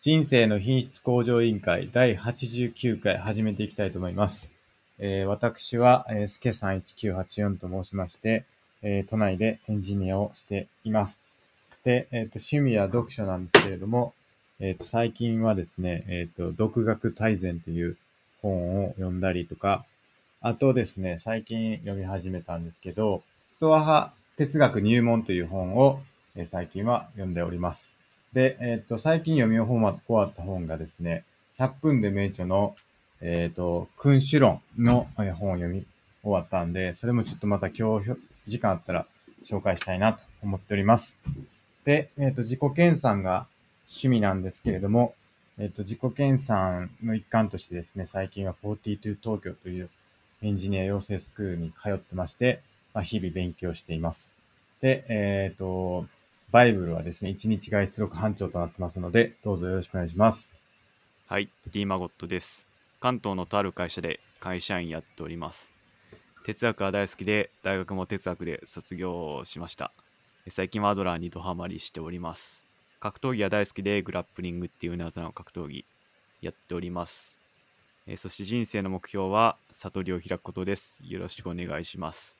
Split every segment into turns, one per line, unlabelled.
人生の品質向上委員会第89回始めていきたいと思います。えー私は、えー、すけさん1984と申しまして、えー都内でエンジニアをしています。で、えっ、と、趣味は読書なんですけれども、えっ、と、最近はですね、えっ、と、独学大全という本を読んだりとか、あとですね、最近読み始めたんですけど、ストア派哲学入門という本を、えー最近は読んでおります。で、えっ、と、最近読み終わった本がですね、100分で名著の、えっ、と、君主論のえー本を読み終わったんで、それもちょっとまた今日ひょ、時間あったら紹介したいなと思っております。で、えっ、と、自己研鑽が趣味なんですけれども、えっ、と、自己研鑽の一環としてですね、最近は42東京というエンジニア養成スクールに通ってまして、まあ、日々勉強しています。で、えっ、と、バイブルはですね、1日外出力班長となってますので、どうぞよろしくお願いします。
はい、D マゴットです。関東のとある会社で会社員やっております。哲学は大好きで、大学も哲学で卒業しました。最近はアドラーにドハマりしております。格闘技は大好きで、グラップリングっていう謎の格闘技やっております。えーそして人生の目標は悟りを開くことです。よろしくお願いします。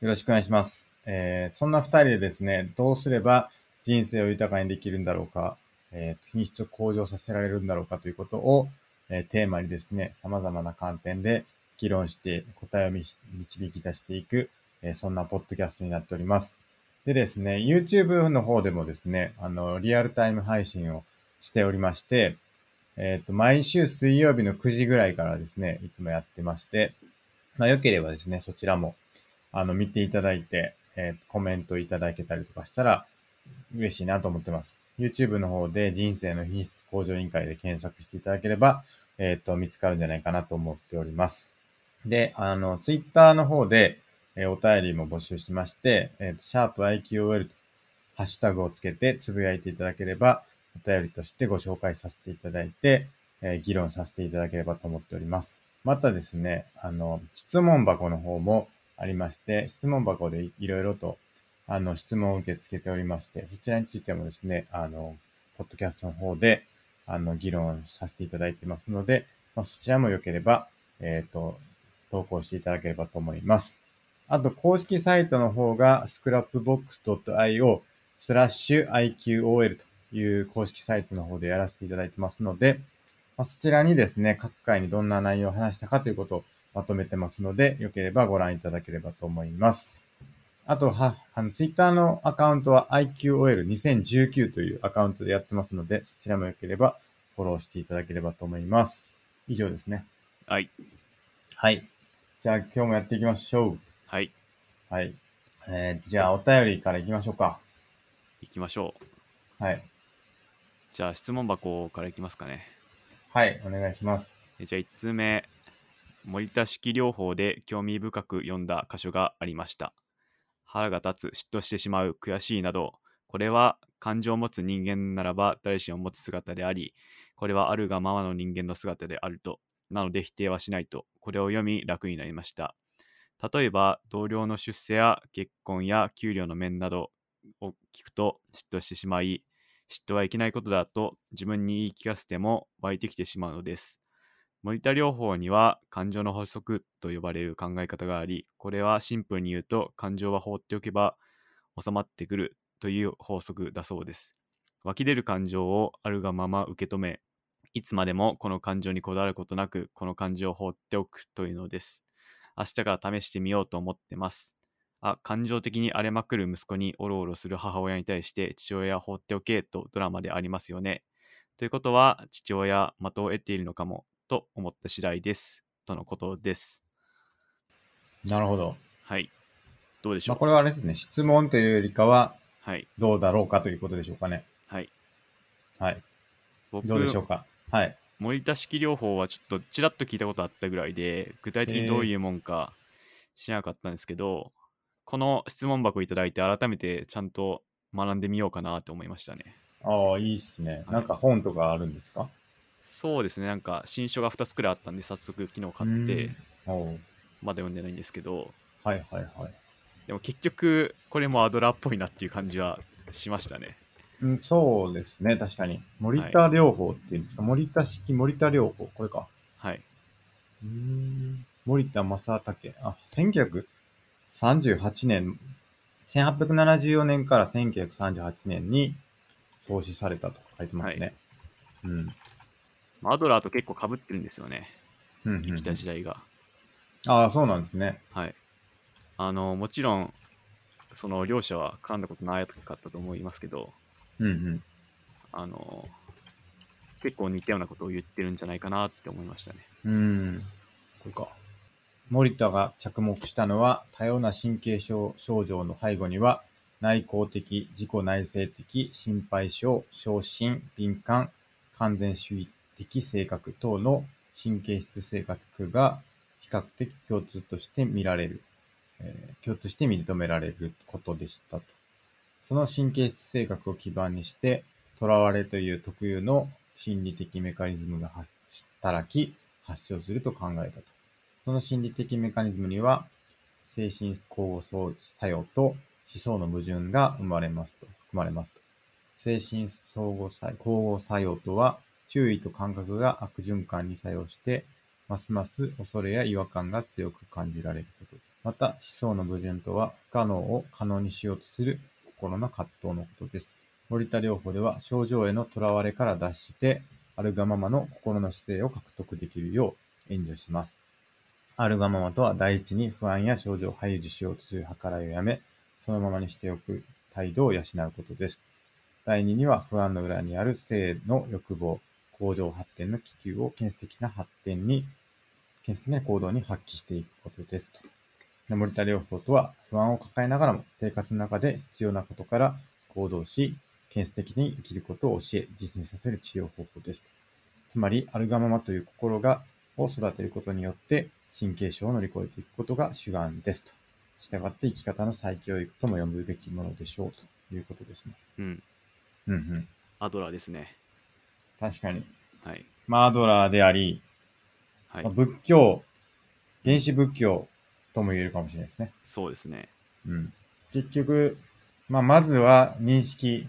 よろしくお願いします。えーそんな二人でですね、どうすれば人生を豊かにできるんだろうか、えー品質を向上させられるんだろうかということを、えーテーマにですね、様々な観点で議論して答えをみし導き出していく、えーそんなポッドキャストになっております。でですね、YouTube の方でもですね、あの、リアルタイム配信をしておりまして、えっ、と、毎週水曜日の9時ぐらいからですね、いつもやってまして、まあ、良ければですね、そちらもあの、見ていただいて、えーコメントいただけたりとかしたら、嬉しいなと思ってます。YouTube の方で人生の品質向上委員会で検索していただければ、えっ、と、見つかるんじゃないかなと思っております。で、あの、Twitter の方で、えーお便りも募集しまして、えっ、と、シャープ i q o l とハッシュタグをつけてつぶやいていただければ、お便りとしてご紹介させていただいて、えー議論させていただければと思っております。またですね、あの、質問箱の方も、ありまして、質問箱でいいろいろと、あの、質問を受け付けておりまして、そちらについてもですね、あの、ポッドキャストの方で、あの、議論させていただいてますので、まあ、そちらも良ければ、えっ、と、投稿していただければと思います。あと、公式サイトの方が、scrapbox.io スラッシュ IQOL という公式サイトの方でやらせていただいてますので、まあ、そちらにですね、各回にどんな内容を話したかということをまとめてますので、よければご覧いただければと思います。あと、は、あの、ツイッターのアカウントは IQOL2019 というアカウントでやってますので、そちらもよければフォローしていただければと思います。以上ですね。
はい、
はい。じゃあ、今日もやっていきましょ
はい、
う。はい。えー、じゃあ、お便りからいきましょうか。
行きましょう。
はい。
じゃあ質問箱からいきますかね。
はい、お願いします。
えじゃあ1通目森田式療法で興味深く読んだ箇所がありました腹が立つ嫉妬してしまう悔しいなどこれは感情を持つ人間ならば誰しも持つ姿でありこれはあるがままの人間の姿であるとなので否定はしないとこれを読み楽になりました例えば同僚の出世や結婚や給料の面などを聞くと嫉妬してしまい嫉妬はいけないことだと自分に言い聞かせても湧いてきてしまうのですモニタ療法には感情の法則と呼ばれる考え方があり、これはシンプルに言うと感情は放っておけば収まってくるという法則だそうです。湧き出る感情をあるがまま受け止め、いつまでもこの感情にこだわることなく、この感情を放っておくというのです。明日から試してみようと思ってます。あ、感情的に荒れまくる息子におろおろする母親に対して父親は放っておけとドラマでありますよね。ということは父親的を得ているのかもと思った次第ですとのことです
なるほど。
はいどうでしょ
まあ、
う、
これはあれですね、質問というよりかは、
はい
どうだろうかということでしょうかね。
はい
はい。
僕
どうでしょうか。はい。
森田式療法はちょっとちらっと聞いたことあったぐらいで具体的にどういうもんか知らなかったんですけど、この質問箱いただいて改めてちゃんと学んでみようかなと思いましたね
ああ、いいっすね。
はい
なんか本とかあるんですか
そうですねなんか新書が2つくらいあったんで早速昨日買って
うんおう
まだ読んでないんですけど
はいはいはい。
でも結局これもアドラーっぽいなっていう感じはしましたね
うん、そうですね、確かに。モニター療法っていうんですか、モニター式モニター療法、これか。
はい。
うん。森田正武。あ、1938年、1874年から1938年に創始されたと書いてますね。うん。
まあアドラーと結構かぶってるんですよね。
うん、うん。
生きた時代が。
ああ、そうなんですね。
はい。あの、もちろん、その両者は絡んだことなかったと思いますけど、
うんうん。
あの、結構似たようなことを言ってるんじゃないかなって思いましたね。
うん。これか。森田が着目したのは、多様な神経症症状の背後には、内向的、自己内省的、心配症、昇進、敏感、完全主義的性格等の神経質性格が比較的共通として見られる、えー共通して認められることでしたと。その神経質性格を基盤にして、囚われという特有の心理的メカニズムがは働き、発症すると考えたと。その心理的メカニズムには、精神交互作用と思想の矛盾が生まれますと、含まれますと。精神相互作交互作用とは、注意と感覚が悪循環に作用して、ますます恐れや違和感が強く感じられること。また、思想の矛盾とは、不可能を可能にしようとする心の葛藤のことです。森田療法では、症状への囚われから脱して、あるがままの心の姿勢を獲得できるよう援助します。あるがままとは、第一に不安や症状を排除しようとする計らいをやめ、そのままにしておく態度を養うことです。第二には、不安の裏にある性の欲望、向上発展の気球を建設的な発展に、建設的な行動に発揮していくことですと。で森田療法とは、不安を抱えながらも生活の中で必要なことから行動し、建設的に生きることを教え、実践させる治療方法です。つまり、あるがままという心が、を育てることによって、神経症を乗り越えていくことが主眼ですと。従って生き方の再教育とも呼ぶべきものでしょうということですね。
うん。
うんうん。
アドラーですね。
確かに。
はい。
まあアドラーであり、
はい
まあ。仏教、原始仏教とも言えるかもしれないですね。
そうですね。
うん、結局、まあ、まずは認識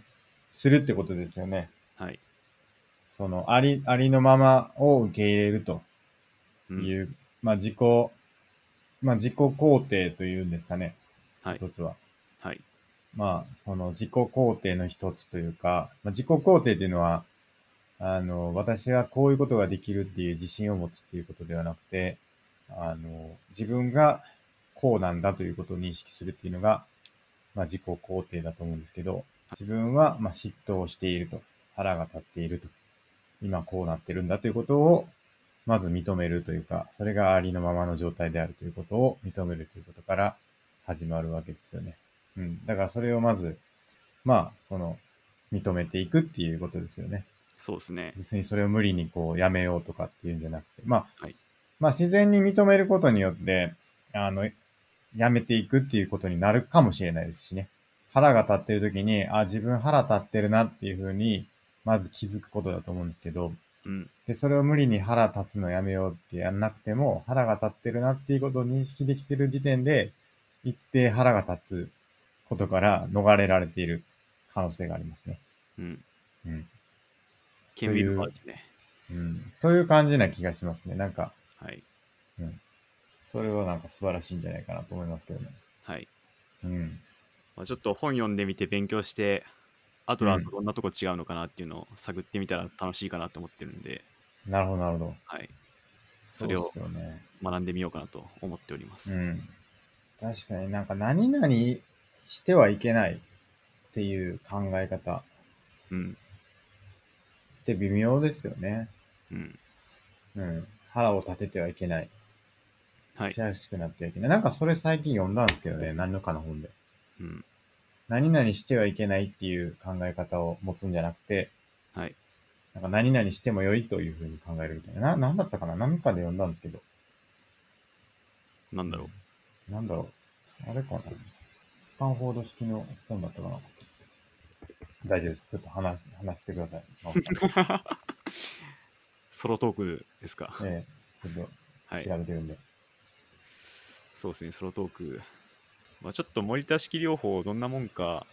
するってことですよね。
はい。
そのあり、ありのままを受け入れると
う
い
ん、
う、まあ、自己、まあ、自己肯定というんですかね、
はい
一。つは。
はい。
まあ、その自己肯定の一つというか、まあ、自己肯定っていうのは、あの、私はこういうことができるっていう自信を持つっていうことではなくて、あの、自分がこうなんだということを認識するっていうのが、まあ、自己肯定だと思うんですけど、自分は、まあ、嫉妬をしていると、腹が立っていると、今こうなってるんだということを、まず認めるというか、それがありのままの状態であるということを認めるということから始まるわけですよね。うん。だからそれをまず、まあ、その、認めていくっていうことですよね。
そうですね。
別にそれを無理にこうやめようとかっていうんじゃなくて、まあ、
はい
まあ自然に認めることによって、あの、やめていくっていうことになるかもしれないですしね。腹が立ってる時に、あ、自分腹立ってるなっていうふうに、まず気づくことだと思うんですけど、
うん。
で、それを無理に腹立つのやめようってやんなくても、腹が立ってるなっていうことを認識できてる時点で、一定腹が立つことから逃れられている可能性がありますね。
うん。
うん。
ケンウィルバーですね。
うん。という感じな気がしますね。なんか、
はい。
それはなんか素晴らしいんじゃないかなと思いますけどね。
はい。
うん。
まあ、ちょっと本読んでみて勉強して、アドラーとどんなとこ違うのかなっていうのを探ってみたら楽しいかなと思ってるんで、
なるほど、なるほど。
はい。
そ
そうれ
で
を
すよね。
学んでみようかなと思っております。
うん。確かになんか何々してはいけないっていう考え方
うん。
って微妙ですよね。
うん。
うん。腹を立ててはいけない。
はい。
悔しくなってはいけない。なんかそれ最近読んだんですけどね、何のかの本で。
うん。
何々してはいけないっていう考え方を持つんじゃなくて、
はい。
なんか何々しても良いというふうに考えるみたいな。な、なんだったかな何かで読んだんですけど。
なんだろ
う。なんだろう。あれかなスタンフォード式の本だったかな大丈夫です。ちょっと話し、話してくださ い。直樹さん
う。ソロトークですか。
ええちょっ
は
と
い
調。べてるんで。
そうですね、ソロトーク。まあ、ちょっと森田式療法、どんなもんか、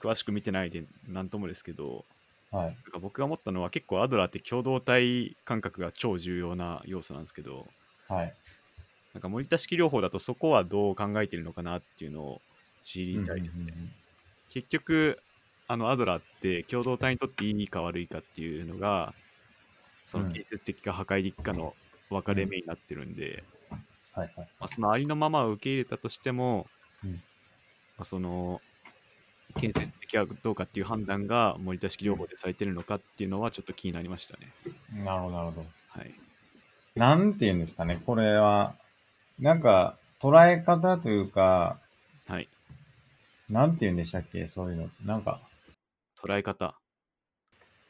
詳しく見てないで何ともですけど
はい。
なんか僕が思ったのは結構アドラーって共同体感覚が超重要な要素なんですけど
はい。
なんか森田式療法だとそこはどう考えてるのかなっていうのを知りたいですね。
うんうんうん
結局あのアドラーって共同体にとっていいか悪いかっていうのがそ
う
の
ん
建設的か破壊的かの分かれ目になってるんで、
はいはい。
まあ、そのありのままを受け入れたとしても、
うん
まあ、その建設的かどうかっていう判断が森田式療法でされてるのかっていうのはちょっと気になりましたね。
なるほど、なるほど。
はい、
なんて言うんですかね、これは。なんか、捉え方というか、
はい、
なんて言うんでしたっけ、そういうの。なんか、
捉え方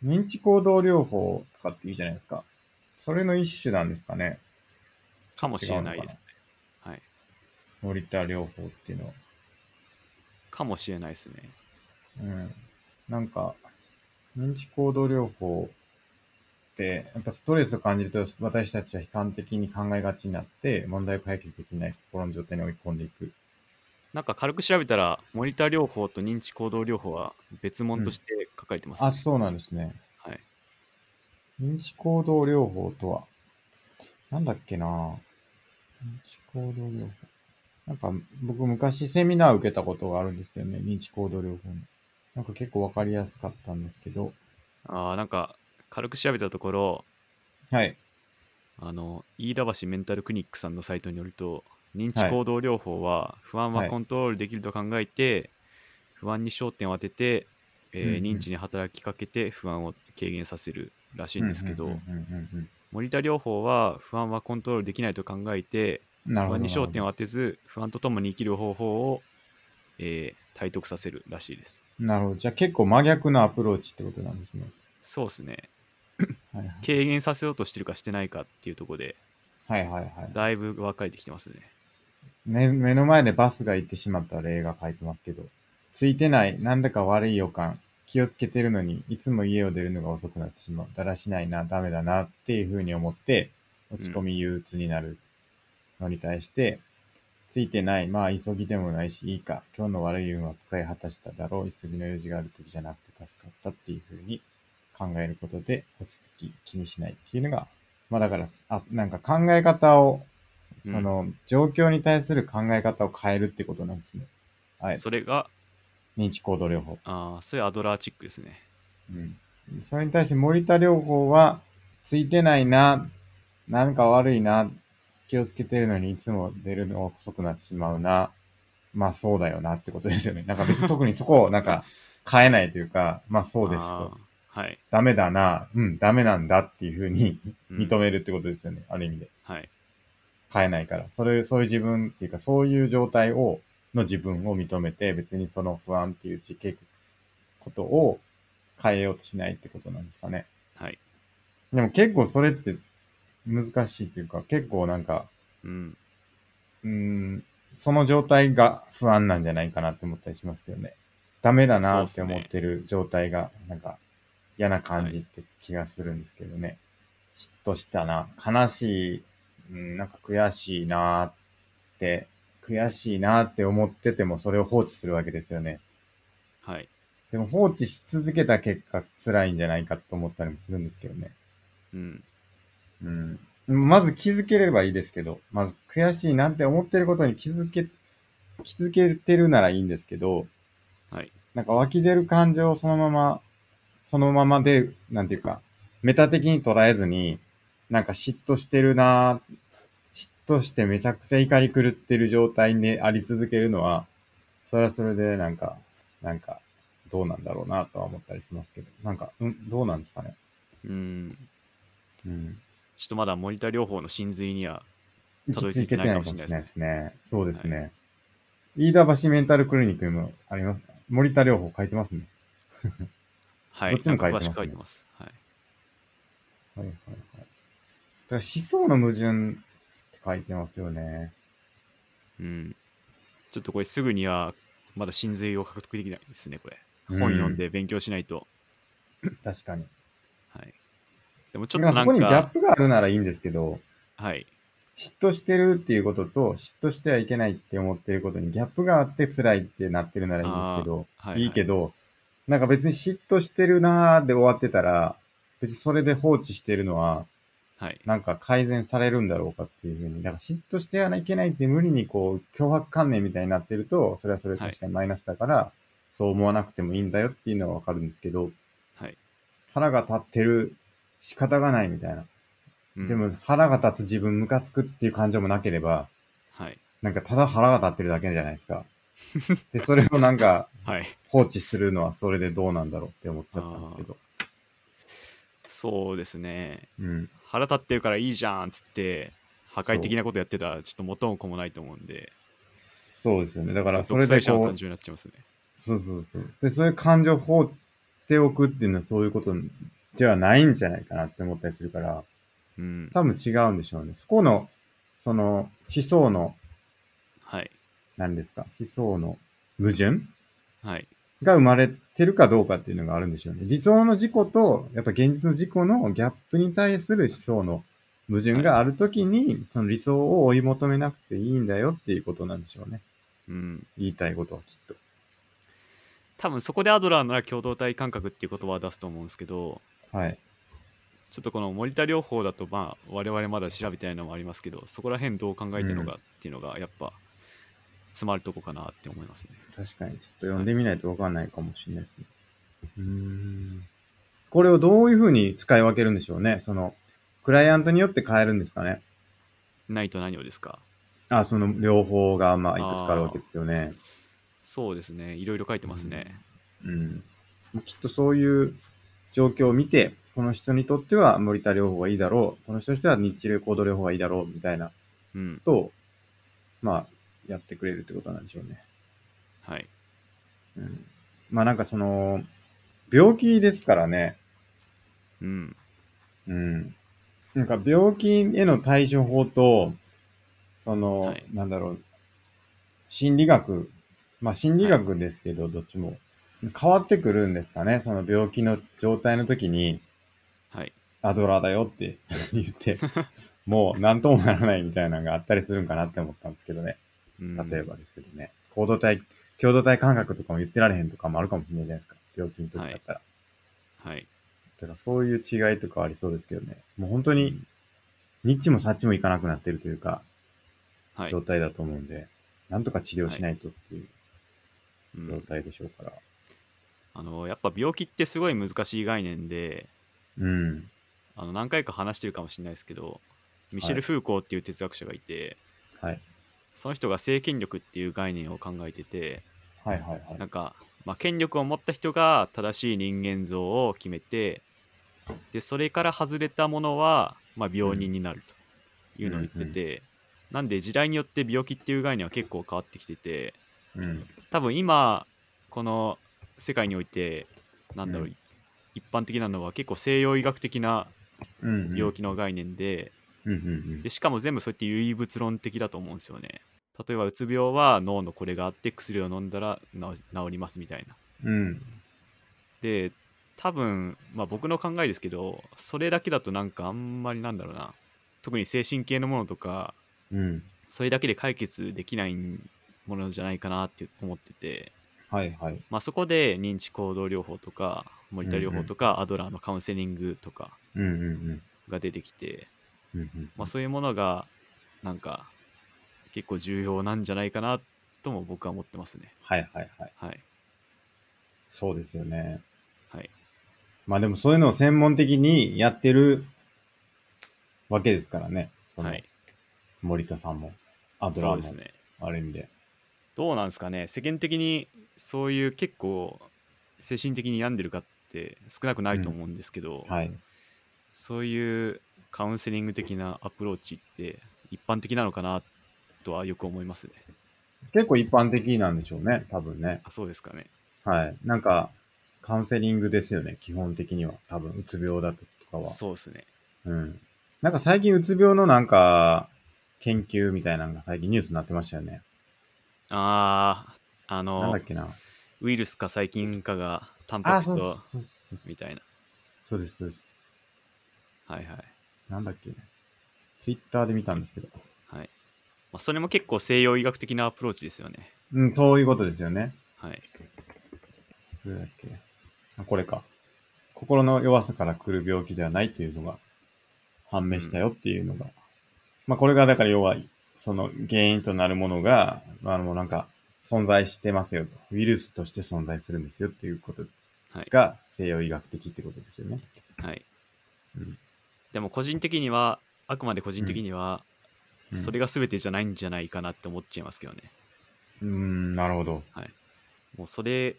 認知行動療法とかって言うじゃないですか。それの一種なんですかね、
かもしれないですね。はい、
森田療法っていうのは。
かもしれないですね。
うん。なんか、認知行動療法って、やっぱストレスを感じると私たちは悲観的に考えがちになって、問題を解決できない心の状態に追い込んでいく。
なんか軽く調べたら、モニター療法と認知行動療法は別物として書かれてます、ね
あ、そうなんですね。
はい。
認知行動療法とは、なんだっけなぁ認知行動療法。なんか、僕昔セミナー受けたことがあるんですけどね、認知行動療法の。なんか結構わかりやすかったんですけど。
あーなんか軽く調べたところ、
はい。
あの、飯田橋メンタルクリニックさんのサイトによると、認
は
知
い
行動療法は不安
は
はいコントロールできると考えて、不安に焦点を当てて、えー
うんうん
認知に働きかけて不安を軽減させるらしいんですけど、
うんうんうんうん
モニター療法は不安はコントロールできないと考えて、
うんなる
不
ほど。
安に焦
なる
点を当てず不安とともに生きる方法を、えー体得させるらしいです
ほどなるほど。じゃあ結構真逆のアプローチってことなんですね。
そうですね
はいはい
軽減させようとしてるかしてないかっていうところで
はいはいはい。
だいぶ分かれてきてますね
目目の前でバスが行ってしまった例が書いてますけど、ついてない、なんだか悪い予感、気をつけてるのに、いつも家を出るのが遅くなってしまう、だらしないな、ダメだなっていうふうに思って、落ち込み憂鬱になるのに対して、ついてない、まあ急ぎでもないし、いいか、今日の悪い運は使い果たしただろう、急ぎの用事がある時じゃなくて助かったっていうふうに考えることで、落ち着き、気にしないっていうのが、まあだから、あなんか考え方を、
うん
その、状況に対する考え方を変えるってことなんですね。はい。
それが
認知行動療法。
あーそれアドラーチックですね
うん。それに対して森田療法は、ついてないな、なんか悪いな、気をつけてるのにいつも出るのが遅くなってしまうな、まあそうだよなってことですよね。なんか別 に特にそこをなんか変えないというか、まあそうです
あ
と。
ーはい、
ダメだな、うん、ダメなんだっていうふうに
うん
認めるってことですよね。ある意味で。
はい
変えないから。それ、そういう自分っていうか、そういう状態を、の自分を認めて、別にその不安っていうち結ことを変えようとしないってことなんですかね。
はい
でも結構それって難しいというか、結構なんか、
うん
うーん、その状態が不安なんじゃないかなって思ったりしますけどね。ダメだなって
そうっすね
思ってる状態が、なんか嫌な感じって気がするんですけどね。嫉妬したな、悲しい、うん、なんか悔しいなって、悔しいなって思っててもそれを放置するわけですよね。
はい
でも放置し続けた結果辛いんじゃないかと思ったりもするんですけどね。
うん
うん。まず気づければいいですけど、まず悔しいなんて思ってることに気づけ、気づけてるならいいんですけど、
はい
なんか湧き出る感情をそのまま、そのままで、なんていうか、メタ的に捉えずに、なんか嫉妬してるなぁ嫉妬してめちゃくちゃ怒り狂ってる状態にあり続けるのは、それはそれでなんか、なんか、どうなんだろうなとは思ったりしますけど、なんか、うん、どうなんですかね。
うん
うん。
ちょっとまだモニター療法の真髄には
行
たど
き着
り着
い
い
て
て
な
ないい
か
か
も
も
し
し
れ
れ
なで
ないいですす
ね。そうですね。飯田橋メンタルクリニックにもあります。森田療法書いてますね。
はい
どっちも書いてますね
なんか詳しく書いてますはい
はいはいはい。だから思想の矛盾って書いてますよね。
うんちょっとこれすぐにはまだ真髄を獲得できないですねこれ
うん
本読んで勉強しないと、
確かに。
はい、でもち
ち
ょ
ょ
っ
っと
と
そ
なん
こにギャッ
か
プがあるならいいんですけど、
はい
嫉妬してるっていうことと、嫉妬してはいけないって思ってることにギャップがあって辛いってなってるならいいんですけど、
あーはい
い
はい
けど、なんか別に嫉妬してるなーで終わってたら、別にそれで放置してるのは、
はい。
なんか改善されるんだろうかっていうふうに、なんか嫉妬してはいけないって無理にこう、脅迫観念みたいになってると、それはそれで確かにマイナスだから、そう思わなくてもいいんだよっていうのはわかるんですけど、
はい。
腹が立ってる仕方がないみたいな。
うん
で、も腹が立つ自分ムカつくっていう感情もなければ、
はい。
なんかただ腹が立ってるだけじゃないですか。で、それをなんか
はい。
放置するのはそれでどうなんだろうって思っちゃったんですけど。
そうですね。
うん。
腹立ってるからいいじゃんっつって、破壊的なことやってたら、ちょっと元も子もないと思うんで、
そうですよね。だからそ
そう
れ
独
で
裁者の
こう
誕、生になっちゃいますね。
そうそうそう。で、そういう感情を放っておくっていうのはそういうことではないんじゃないかなって思ったりするから、
うん。
多分違うんでしょうね。そこの、その、思想の、
はい。
何ですか、思想の矛盾
はい。
が生まれてるかどうかっていうのがあるんでしょうね。理想の事故と、やっぱ現実の事故のギャップに対する思想の矛盾があるときに、その理想を追い求めなくていいんだよっていうことなんでしょうね。
うん。
言いたいことはきっと。
多分そこでアドラーなら共同体感覚っていう言葉を出すと思うんですけど
はい。
ちょっとこの森田療法だとまあ我々まだ調べてないのもありますけどそこら辺どう考えてるのかっていうのがやっぱ詰まるとこかなって思いますね、
確かに、ちょっと読んでみないとわかんないかもしれないですね。うーん。これをどういうふうに使い分けるんでしょうね。その、クライアントによって変えるんですかね。
ないと何をですか
あ、その両方が、まあ、いくつかあるわけですよね。
そうですねいろいろ書いてますね、
うん、きっとそういう状況を見て、この人にとっては森田療法がいいだろう、この人にとっては日中行動療法がいいだろうみたいなこ
うん、
とを、まあ、やってくれるってことなんでしょうね。
はい
うん、まあなんかその、病気ですからね、
うん
うん、なんか病気への対処法と、その、
はい
なんだろう、心理学、まあ心理学ですけど、どっちも変わってくるんですかね、その病気の状態の時に、
はい
アドラーだよって 言って、もう何ともならないみたいなのがあったりするんかなって思ったんですけどね。
うん
例えばですけどね。行動体、共同体感覚とかも言ってられへんとかもあるかもしれないじゃないですか。病気の時だったら。
はい
だからそういう違いとかありそうですけどね。もう本当に、ニッチもサッチもいかなくなってるというか、
はい、
状態だと思うんで、なんとか治療しないとっていう
う
状
ん、
態でしょうから。
あのやっぱ病気ってすごい難しい概念で
うん。
あの何回か話してるかもしれないですけどミシェ
は
ル・
い
フーコーっていう哲学者がいて、
はい。
その人が性権力っていう概念を考えてて
はいはいはい。
なんか、まあ、権力を持った人が正しい人間像を決めてでそれから外れたものは、まあ、病人になるというのを言ってて、なんで時代によって病気っていう概念は結構変わってきてて
うん。
多分今この世界においてなんだろう、
う
一般的なのは結構西洋医学的な
うん、うん。
病気の概念で,、
うんうんうん
でしかも全部そうやって唯物論的だと思うんですよね例えばうつ病は脳のこれがあって薬を飲んだら治治りますみたいな
うん。
で多分、まあ、僕の考えですけどそれだけだとなんかあんまりなんだろうな特に精神系のものとか
うん。
それだけで解決できないものじゃないかなって思ってて、
はいはい。
まあ、そこで認知行動療法とか森田療法とかアドラーのカウンセリングとか
うんうんうん。
が出てきて、
うんうん
まあ、そういうものがなんか結構重要なんじゃないかなとも僕は思ってますね
はいはいはい。
はい
そうですよね。
はい
まあでもそういうのを専門的にやってるわけですからね。その
はい
森田さんも、アド
そ
ラ
うで
ー
す
も、
ね
ある意味で。
どうなんですかね世間的にそういう結構精神的に病んでるかって少なくないと思うんですけど、
はい。
そういうカウンセリング的なアプローチって一般的なのかなとはよく思いますね。
結構一般的なんでしょうね、多分ね。
あそうですかね。
はい。なんか、カウンセリングですよね、基本的には。多分、うつ病だとかは。
そうですね。
うん。なんか最近、うつ病のなんか、研究みたいなのが最近ニュースになってましたよね。
ああ、
な
あ
ん
の
だっ、けな。
ウイルスか細菌かがタンパ
あ、
ク
そうそ
質
う
と
そうそうそう。
みたいな。
そうです、そうです。
はいはい。
なんだっけ。ツイッターで見たんですけど。
はいまあ、それも結構西洋医学的なアプローチですよね。
うん、そういうことですよね。
はい。
どれだっけあこれか。心の弱さから来る病気ではないというのが判明したよっていうのが。まあこれがだから要は、その原因となるものが、まああのなんか存在してますよと。ウイルスとして存在するんですよっていうこと
はい
が西洋医学的ってことですよね。
はい
うん
でも個人的にはあくまで個人的に
うん
は、それが全てじゃないんじゃないかなって思っちゃいますけどね
うーん、なるほど。
もうそれ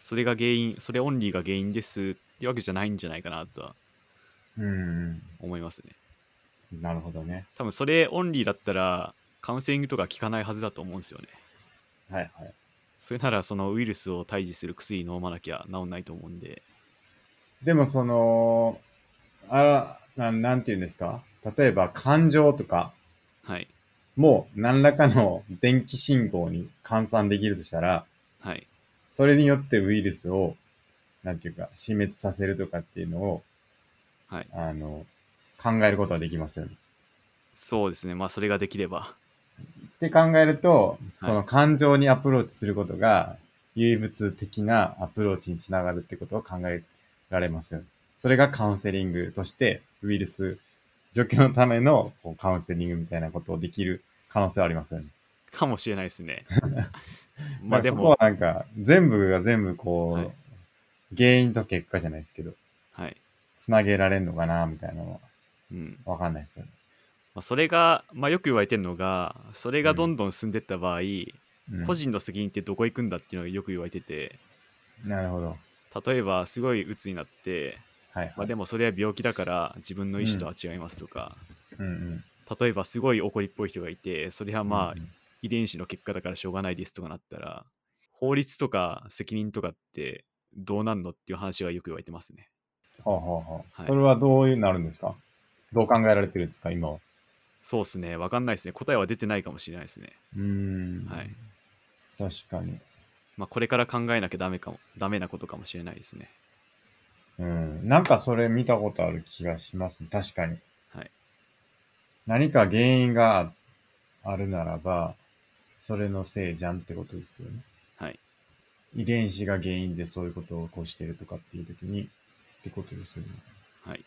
それが原因それオンリーが原因ですってわけじゃないんじゃないかなとは
うーん、
思いますね
なるほどね。
多分それオンリーだったらカウンセリングとか効かないはずだと思うんですよね
はいはい。
それならそのウイルスを退治する薬飲まなきゃ治んないと思うんで
でもその、あら、なんなんて言うんですか例えば感情とか、
はい
もう何らかの電気信号に換算できるとしたら、
はい
それによってウイルスを、なんていうか、死滅させるとかっていうのを、
はい
あの、考えることはできますよね。
そうですねまあそれができれば
って考えると、その感情にアプローチすることが、唯物的なアプローチにつながるってことを考えられますよね。それがカウンセリングとして、ウイルス除去のためのこうカウンセリングみたいなことをできる可能性はありますよね。
かもしれないです ねま
ま
あ
あ
で
そこ
も
はなんか、全部が全部こう、
はい
原因と結果じゃないですけど、
はい
つなげられんのかな、みたいなのは
うん
わかんないですよね。
まあ、それが、まあ、よく言われてるのがそれがどんどん進んでった場合、
うん
個人の責任ってどこ行くんだっていうのがよく言われてて
なるほど。
例えばすごい鬱になって、
はい。
まあ、でもそれは病気だから自分の意思とは違いますとか、
うんうん。
例えばすごい怒りっぽい人がいてそれはまあ
うんうん
遺伝子の結果だからしょうがないですとかなったら法律とか責任とかってどうなんのっていう話はよく言われてますね。
ほうほうほう。
はい
それはどういうなるんですかどう考えられてるんですか今は。
そうですねわかんないですね答えは出てないかもしれないですね。
うーん。
はい。
確かに。
まあ、これから考えなきゃダメかもダメなことかもしれないですね。
うん。なんかそれ見たことある気がしますね。確かに。
はい。
何か原因があるならば、それのせいじゃんってことですよね。
はい
遺伝子が原因でそういうことを起こしてるとかっていう時に、ってことですよね。
はい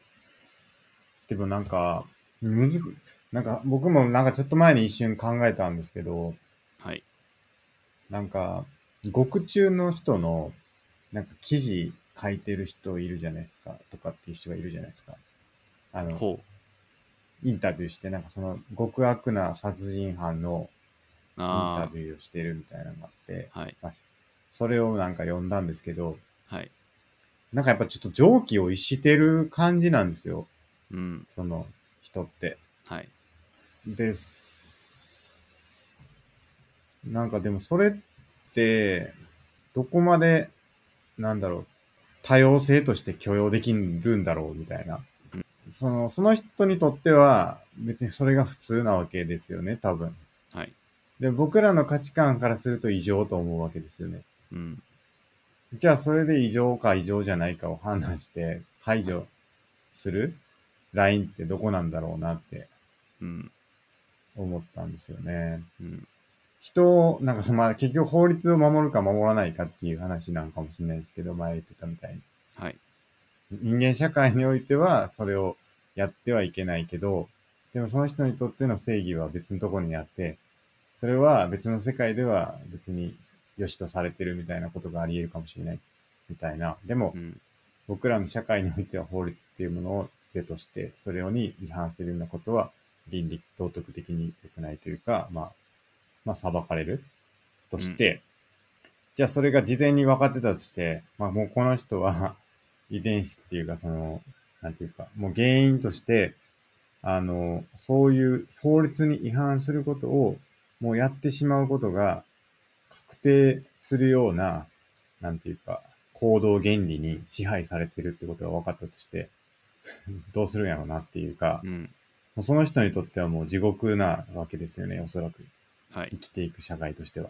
でもなんか、むずく、なんか僕もなんかちょっと前に一瞬考えたんですけど、
はい
なんか、獄中の人の、なんか記事書いてる人いるじゃないですか、とかっていう人がいるじゃないですか。あの、
ほう
インタビューして、なんかその極悪な殺人犯のインタ
あ
ビューをしてるみたいなのがあって、
あはい
それをなんか読んだんですけど、
はい
なんかやっぱちょっと常軌を逸してる感じなんですよ、
うん
その人って。
はい
です。なんかでもそれって、どこまで、なんだろう、多様性として許容できるんだろうみたいな
うん。
その、その人にとっては、別にそれが普通なわけですよね、多分。
はい
で、僕らの価値観からすると異常と思うわけですよね。
うん
じゃあそれで異常か異常じゃないかを判断して排除するラインってどこなんだろうなって
うん
思ったんですよね。
うん
人を、なんかその、まあ、結局法律を守るか守らないかっていう話なんかもしれないですけど、前言ってたみたいに。
はい
人間社会においては、それをやってはいけないけど、でもその人にとっての正義は別のところにあって、それは別の世界では別に良しとされてるみたいなことがあり得るかもしれない。みたいな。でも
う、ん
僕らの社会においては法律っていうものを是として、それに違反するようなことは倫理道徳的に良くないというか、まあ、まあ、裁かれるとして、じゃあそれが事前に分かってたとして、まあもうこの人は 遺伝子っていうか、その、なんていうか、もう原因として、あの、そういう法律に違反することをもうやってしまうことが確定するような、なんていうか、行動原理に支配されてるってことが分かったとして、 どうするんやろうなっていうか、
うん
もうその人にとってはもう地獄なわけですよね、おそらく。
はい
生きていく社会としては。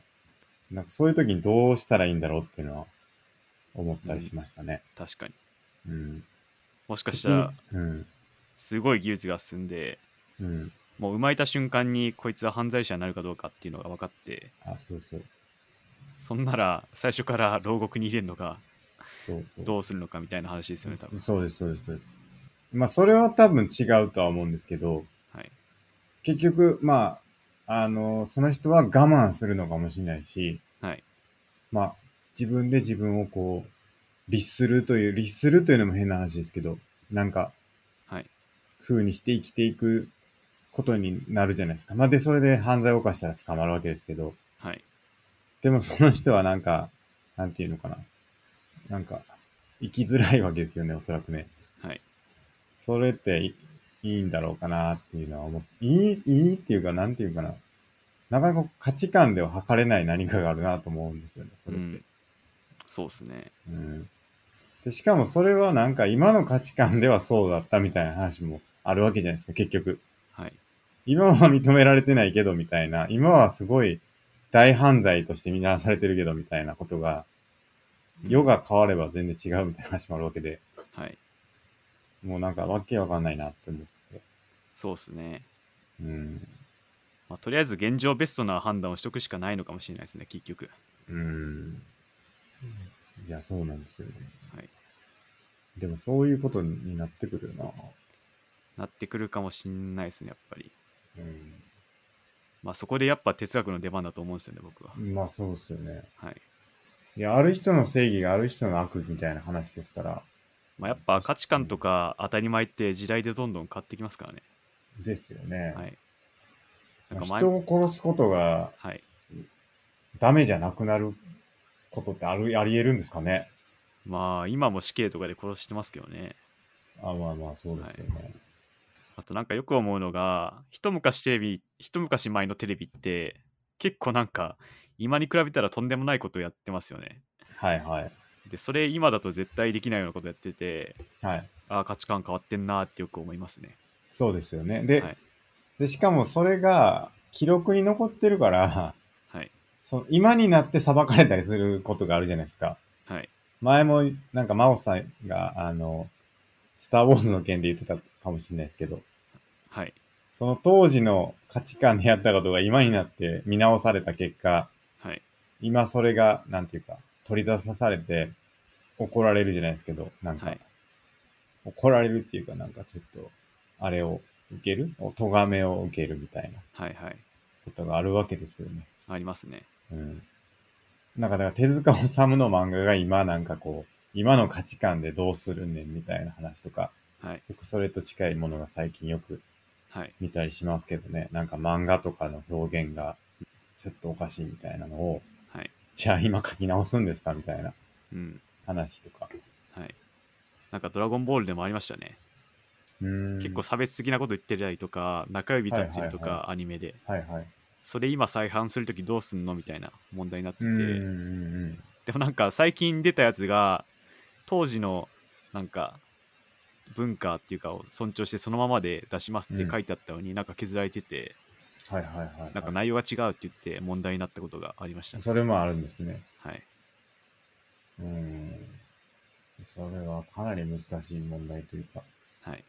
なんかそういう時にどうしたらいいんだろうっていうのは思ったりしましたね。
確かに
うん。
もしかしたら
うん。
すごい技術が進んで
うん。
もう生まれた瞬間にこいつは犯罪者になるかどうかっていうのが分かって
あ、そうそう。
そんなら最初から牢獄に入れるのが
そうそう。
どうするのかみたいな話ですよね、多分。
そうです、そうです、そうです。まあ、それは多分違うとは思うんですけど、
はい。
結局、まあ、あの、その人は我慢するのかもしれないし、
はい。
まあ、自分で自分をこう、律するという、律するというのも変な話ですけど、なんか、
はい。
風にして生きていくことになるじゃないですか。まあ、で、それで犯罪を犯したら捕まるわけですけど、
はい。
でもその人はなんか、なんていうのかな。なんか、生きづらいわけですよね、おそらくね。
はい。
それっていいいんだろうかなっていうのは思う。いい、いいっていうか、なんていうかな。なかなか価値観では測れない何かがあるなと思うんですよね、そうれって。
ん。そうですね。
うんでしかもそれはなんか今の価値観ではそうだったみたいな話もあるわけじゃないですか、結局。
はい。
今は認められてないけどみたいな、今はすごい大犯罪として見なされてるけどみたいなことが、世が変われば全然違うみたいな話もあるわけで、
はい。
もうなんかわけわかんないなって思って。
そうですね。
うん。
まあ、とりあえず現状ベストな判断をしとくしかないのかもしれないですね、結局。
うん。いや、そうなんですよね。
はい。
でもそういうことになってくるよな。
なってくるかもしれないですね、やっぱり。
う
まあそこでやっぱ哲学の出番だと思うんですよね、僕は。
ん。まあそうですよね。
はい。
いや、ある人の正義がある人の悪みたいな話ですから、
まあやっぱ価値観とか当たり前って時代でどんどん変わってきますからね。
ですよね。
はい。なん
まあ
か前、
人を殺すことが
はい。
ダメじゃなくなることってあるあり得るんですかね。
まあ今も死刑とかで殺してますけどね。
あまあまあ、そうですよね。
あとなんかよく思うのが、一昔テレビ、一昔前のテレビって結構なんか今に比べたらとんでもないことをやってますよね。
はい、はい、はい。
で、それ今だと絶対できないようなことやってて、ああ価値観変わってんなーってよく思いますね。
そうですよね。で,、
はい
で、しかもそれが記録に残ってるから、
はい。
その今になって裁かれたりすることがあるじゃないですか。
はい。
前も、なんか、真央さんが、あの、スター・ウォーズの件で言ってたかもしれないですけど、
はい。
その当時の価値観でやったことが今になって見直された結果、
はい。
今それが、なんていうか、取り出されて怒られるじゃないですけど、なんか、
はい
怒られるっていうか、なんかちょっと、あれを受けるお咎めを受けるみたいな
はい。はい。
ことがあるわけですよね。
ありますね。
うん。なんか、だから手塚治虫の漫画が今なんかこう、今の価値観でどうするねんみたいな話とか、
はい。
よくそれと近いものが最近よく
はい。
見たりしますけどね、なんか漫画とかの表現がちょっとおかしいみたいなのを、
はい。
じゃあ今書き直すんですかみたいな
うん。
話とか。
はい。なんかドラゴンボールでもありましたね。
うーん
結構差別的なこと言ってたりとか、中指立ってると
はいはい
か、アニメで。
はいはい。
それ今再販するときどうすんのみたいな問題になって
うんうん
て。
うん
でもなんか最近出たやつが、当時のなんか、文化っていうかを尊重してそのままで出しますって書いてあったのに、なんか削られてて
はいはいはいはい。
なんか内容が違うって言って問題になったことがありましたね、
それもあるんですね。
はい、
うーん。それはかなり難しい問題というか。
はい、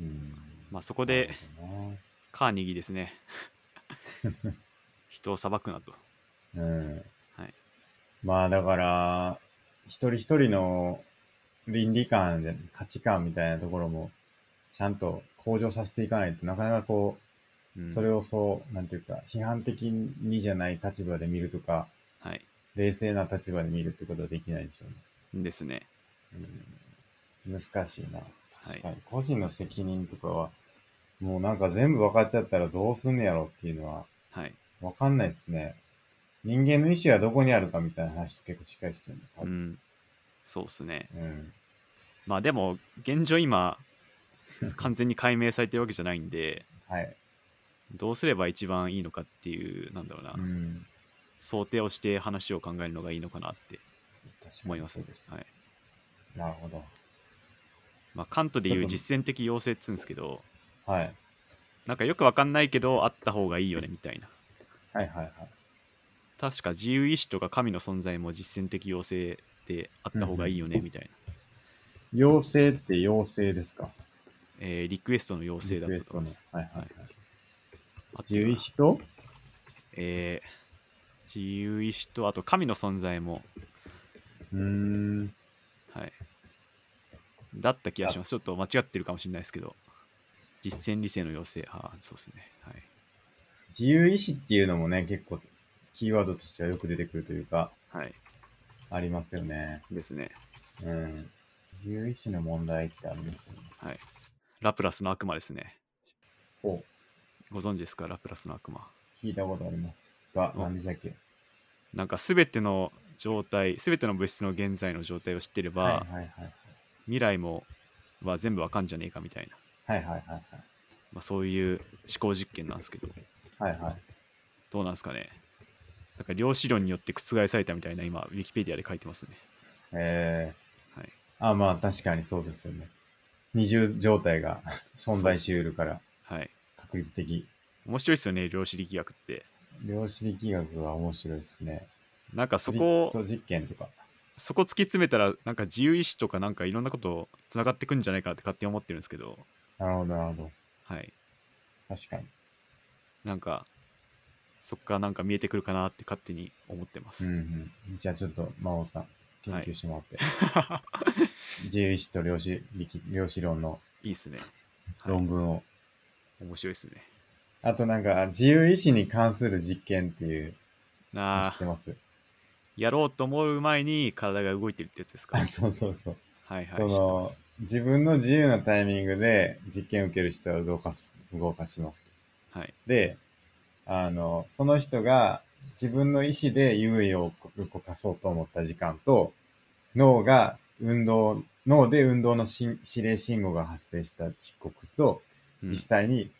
うん。
まあそこで
なるほどな
カーニギーですね人を裁くなと
うん
はい
まあだから、一人一人の倫理観で、価値観みたいなところも、ちゃんと向上させていかないとなかなかこ
う
う、
ん
それをそう、なんていうか、批判的にじゃない立場で見るとか、
はい。
冷静な立場で見るってことはできないでしょ
ですね。
うね。うん、難しいな。確か
は
に。個人の責任とかは、もうなんか全部分かっちゃったらどうすんねやろっていうのは、
はい。
わかんないですね。人間の意思はどこにあるかみたいな話と結構近いですよね。多
う
分
ん。そうですね。
うん。
まあでも、現 状今、完全に解明されてるわけじゃないんで、
はい。
どうすれば一番いいのかっていう、なんだろうな、
うん。
想定をして話を考えるのがいいのかなって思います。
そうです。
はい。
なるほど。
まあ、カントでい
ちょ
う
っと
実践的要請っつうんですけど、
はい。
なんかよくわかんないけど、あった方がいいよねみたいな。
はいはいはい。
確か自由意志とか神の存在も実践的要請であった方がいいよねみたいな。
妖精って妖精ですか
えーリクエストの要請だったと思いま
リ
す。
クエストのはいはいはい。
あったか
自
な
由意志と
えー自由意志とあと神の存在も
うーん。
はい。だった気がします。ちょっと間違ってるかもしれないですけど、実践理性の要請、ああ、そうですね。はい。
自由意志っていうのもね、結構キーワードとしてはよく出てくるというか、
はい。
ありますよね。
ですね。
うん。自由意志の問題ってありますよね。
はい。ラプラスの悪魔ですね。
お
ご存知ですか、ラプラスの悪魔。
聞いたことあります。が、
お
何でしたっけ
なんか全ての状態、全ての物質の現在の状態を知ってれば、
はいはいはい。
未来もは全部わかんじゃねえかみたいな、
はいはいはい
まあ、そういう思考実験なんですけど、
はい。はいはい。
どうなんですかね。なんか量子論によって覆されたみたいな、今、ウィキペディアで書いてますね。
え
はい。
ー、あ、まあ確かにそうですよね。二重状態が 存在しうるから、
はい。
確率的。
面白いですよね、量子力学って。
量子力学は面白いですね。
なんかそこ
スリット実験とか。
そこ突き詰めたら、なんか自由意志とかなんかいろんなことつながってくんじゃないかなって勝手に思ってるんですけど、
なるほどなるほ
はい。
ど。確かに。
なんか、そっからなんか見えてくるかなって勝手に思ってま
う
す。
んうん。じゃあちょっと、真央さん、研究してもらって。
は
自由意志と量子力、 量子論の
いいっすね。はい
論文を。
面白いっすね。
あとなんか、自由意志に関する実験っていうの知
な
っ
あ
て、ます
やろうと思う前に体が動いてるってやつです か。
あ
はい
そうそうそう。
はい、
そ
知ってま
の
す、
自分の自由なタイミングで実験を受ける人は動かす、動かします。
はい、
で、あの、その人が自分の意思で優位を動かそうと思った時間と、脳が運動、脳で運動のし指令信号が発生した時刻と、
うん
実際に、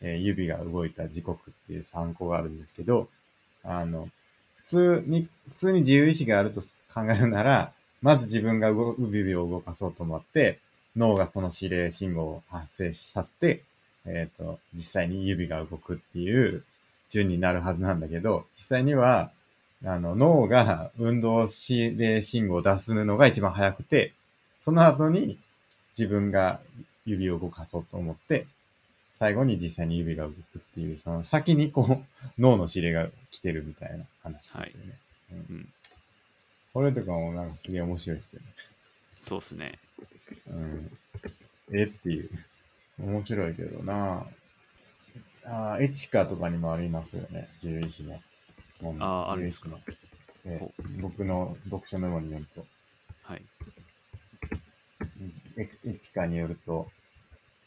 えー指が動いた時刻っていう参考があるんですけど、あの、普通に、普通に自由意志があると考えるなら、まず自分が動指を動かそうと思って、脳がその指令信号を発生させて、えっ、と、実際に指が動くっていう順になるはずなんだけど、実際には、あの、脳が運動指令信号を出すのが一番早くて、その後に自分が指を動かそうと思って、最後に実際に指が動くっていう、その先にこう、脳の指令が来てるみたいな話ですよね。うん
うん
これとかもなんかすげえ面白いですよね。
そうっすね。
うん。えっていう。面白いけどなああ、エチカとかにもありますよね。自由意志の。も
あああるんですか
の。え
ほ
僕の読書メモによると、
はい、
エエチカによると、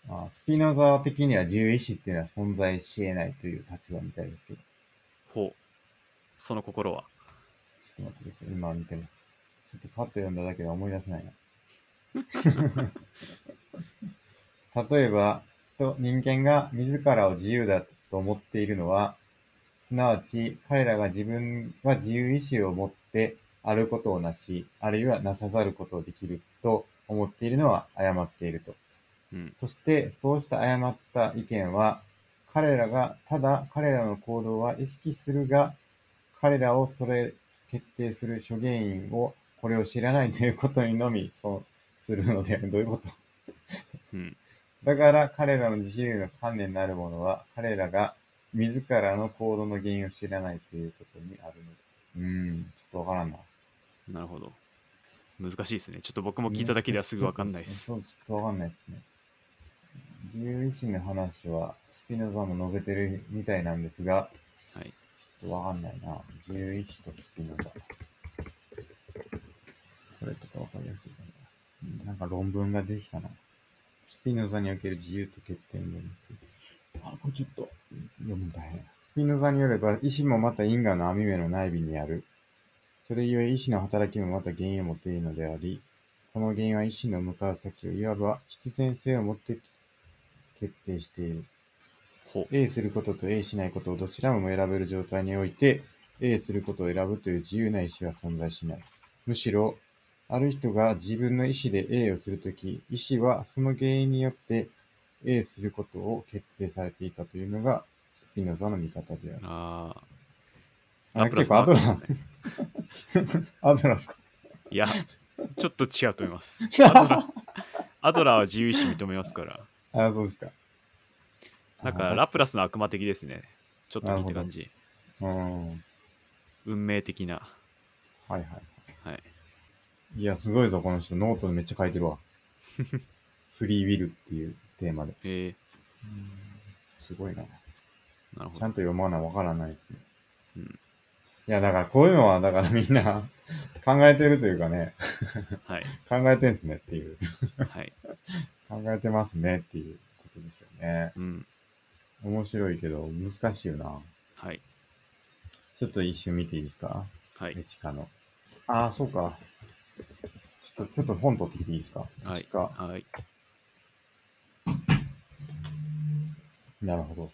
ああスピノザ的には自由意志っていうのは存在し得ないという立場みたいですけど、
ほう。その心は。
ちょっと待ってください。今見てます。ちょっとパッと読んだだけで思い出せない な。例えば、人、人間が自らを自由だと思っているのは、すなわち彼らが自分は自由意志を持ってあることをなし、あるいはなさざることをできると思っているのは誤っていると。
うん、
そして、そうした誤った意見は、彼らが、ただ彼らの行動は意識するが、彼らをそれ決定する諸原因を、これを知らないということにのみ、そう、するので、 どういうこと
うん、
だから彼らの自由の観念なるものは、彼らが自らの行動の原因を知らないということにあるのだ。うーん、ちょっとわからんな。
なるほど。難しいですね。ちょっと僕も聞いただけではすぐわかんないです。
そう、ちょっとわかんないですね。自由意志の話は、スピノザも述べてるみたいなんですが、
はい
ちょっとわかんないな。自由意志とスピノザ。これとかわかりやすいかな。なんか論文ができたな。スピノザにおける自由と欠点論について。あ、これちょっと読むの大変。スピノザによれば、意志もまた因果の網目の内部にある。それゆえ意志の働きもまた原因を持っているのであり、この原因は意志の向かう先をいわば必然性を持って決定している。
ほう。
A することと A しないことをどちらも選べる状態において、A することを選ぶという自由な意思は存在しない。むしろ、ある人が自分の意思で A をするとき、意思はその原因によって A することを決定されていたというのがスピノザの見方である。
ああ。
あ
ラプラス
結構
の
アドラ
悪魔ですね
アドラスか。
いや、ちょっと違うと思います。アドラアドラーは自由意志認めますから。
あ、そうですか。
だから、ラプラスの悪魔的ですね。ちょっと似た感じ。
うん。はい
運命的な。
はい。
はい。
いや、すごいぞ、この人。ノートでめっちゃ書いてる わ。フリーウィルっていうテーマで。
え
すごいな。ち
ー、なるほ
ゃ
ど
ん。と読まなわからないですね。
うん
いや、だからこういうのは、だからみんな考えてるというかね、
はい。
考えてんすねっていう。
はい。
考えてますねっていうことですよね。
うん。
面白いけど、難しいよな。
はい。
ちょっと一瞬見ていいですか
は
メ
い。
チカの。ああ、そうか。ちょっと、ちょっと本取ってきていいですかメ
はい
チ。カ。
はい。
なるほど。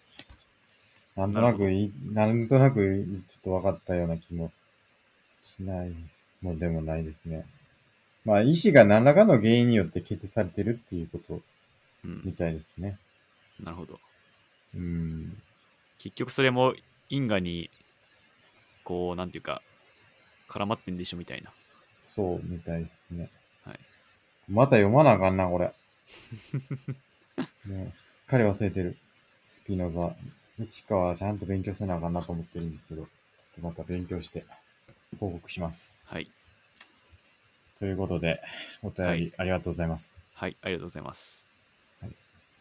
なんとなくい、なんとなく、ちょっと分かったような気もしないのでもないですね。まあ、意思が何らかの原因によって決定されてるっていうこと
う
み
ん。
たいですね。
なるほど。
うん。
結局それも因果に、こう、なんていうか、絡まってんでしょみたいな。
そうみたいですね。
はい。
また読まなあかんな、これ。 もうすっかり忘れてる。スピノザ。内川はちゃんと勉強せなあかんなと思ってるんですけど、ちょっとまた勉強して報告します。
はい。
ということで、お
は
便り
い
ありがとうございます。
はい。ありがとうございます。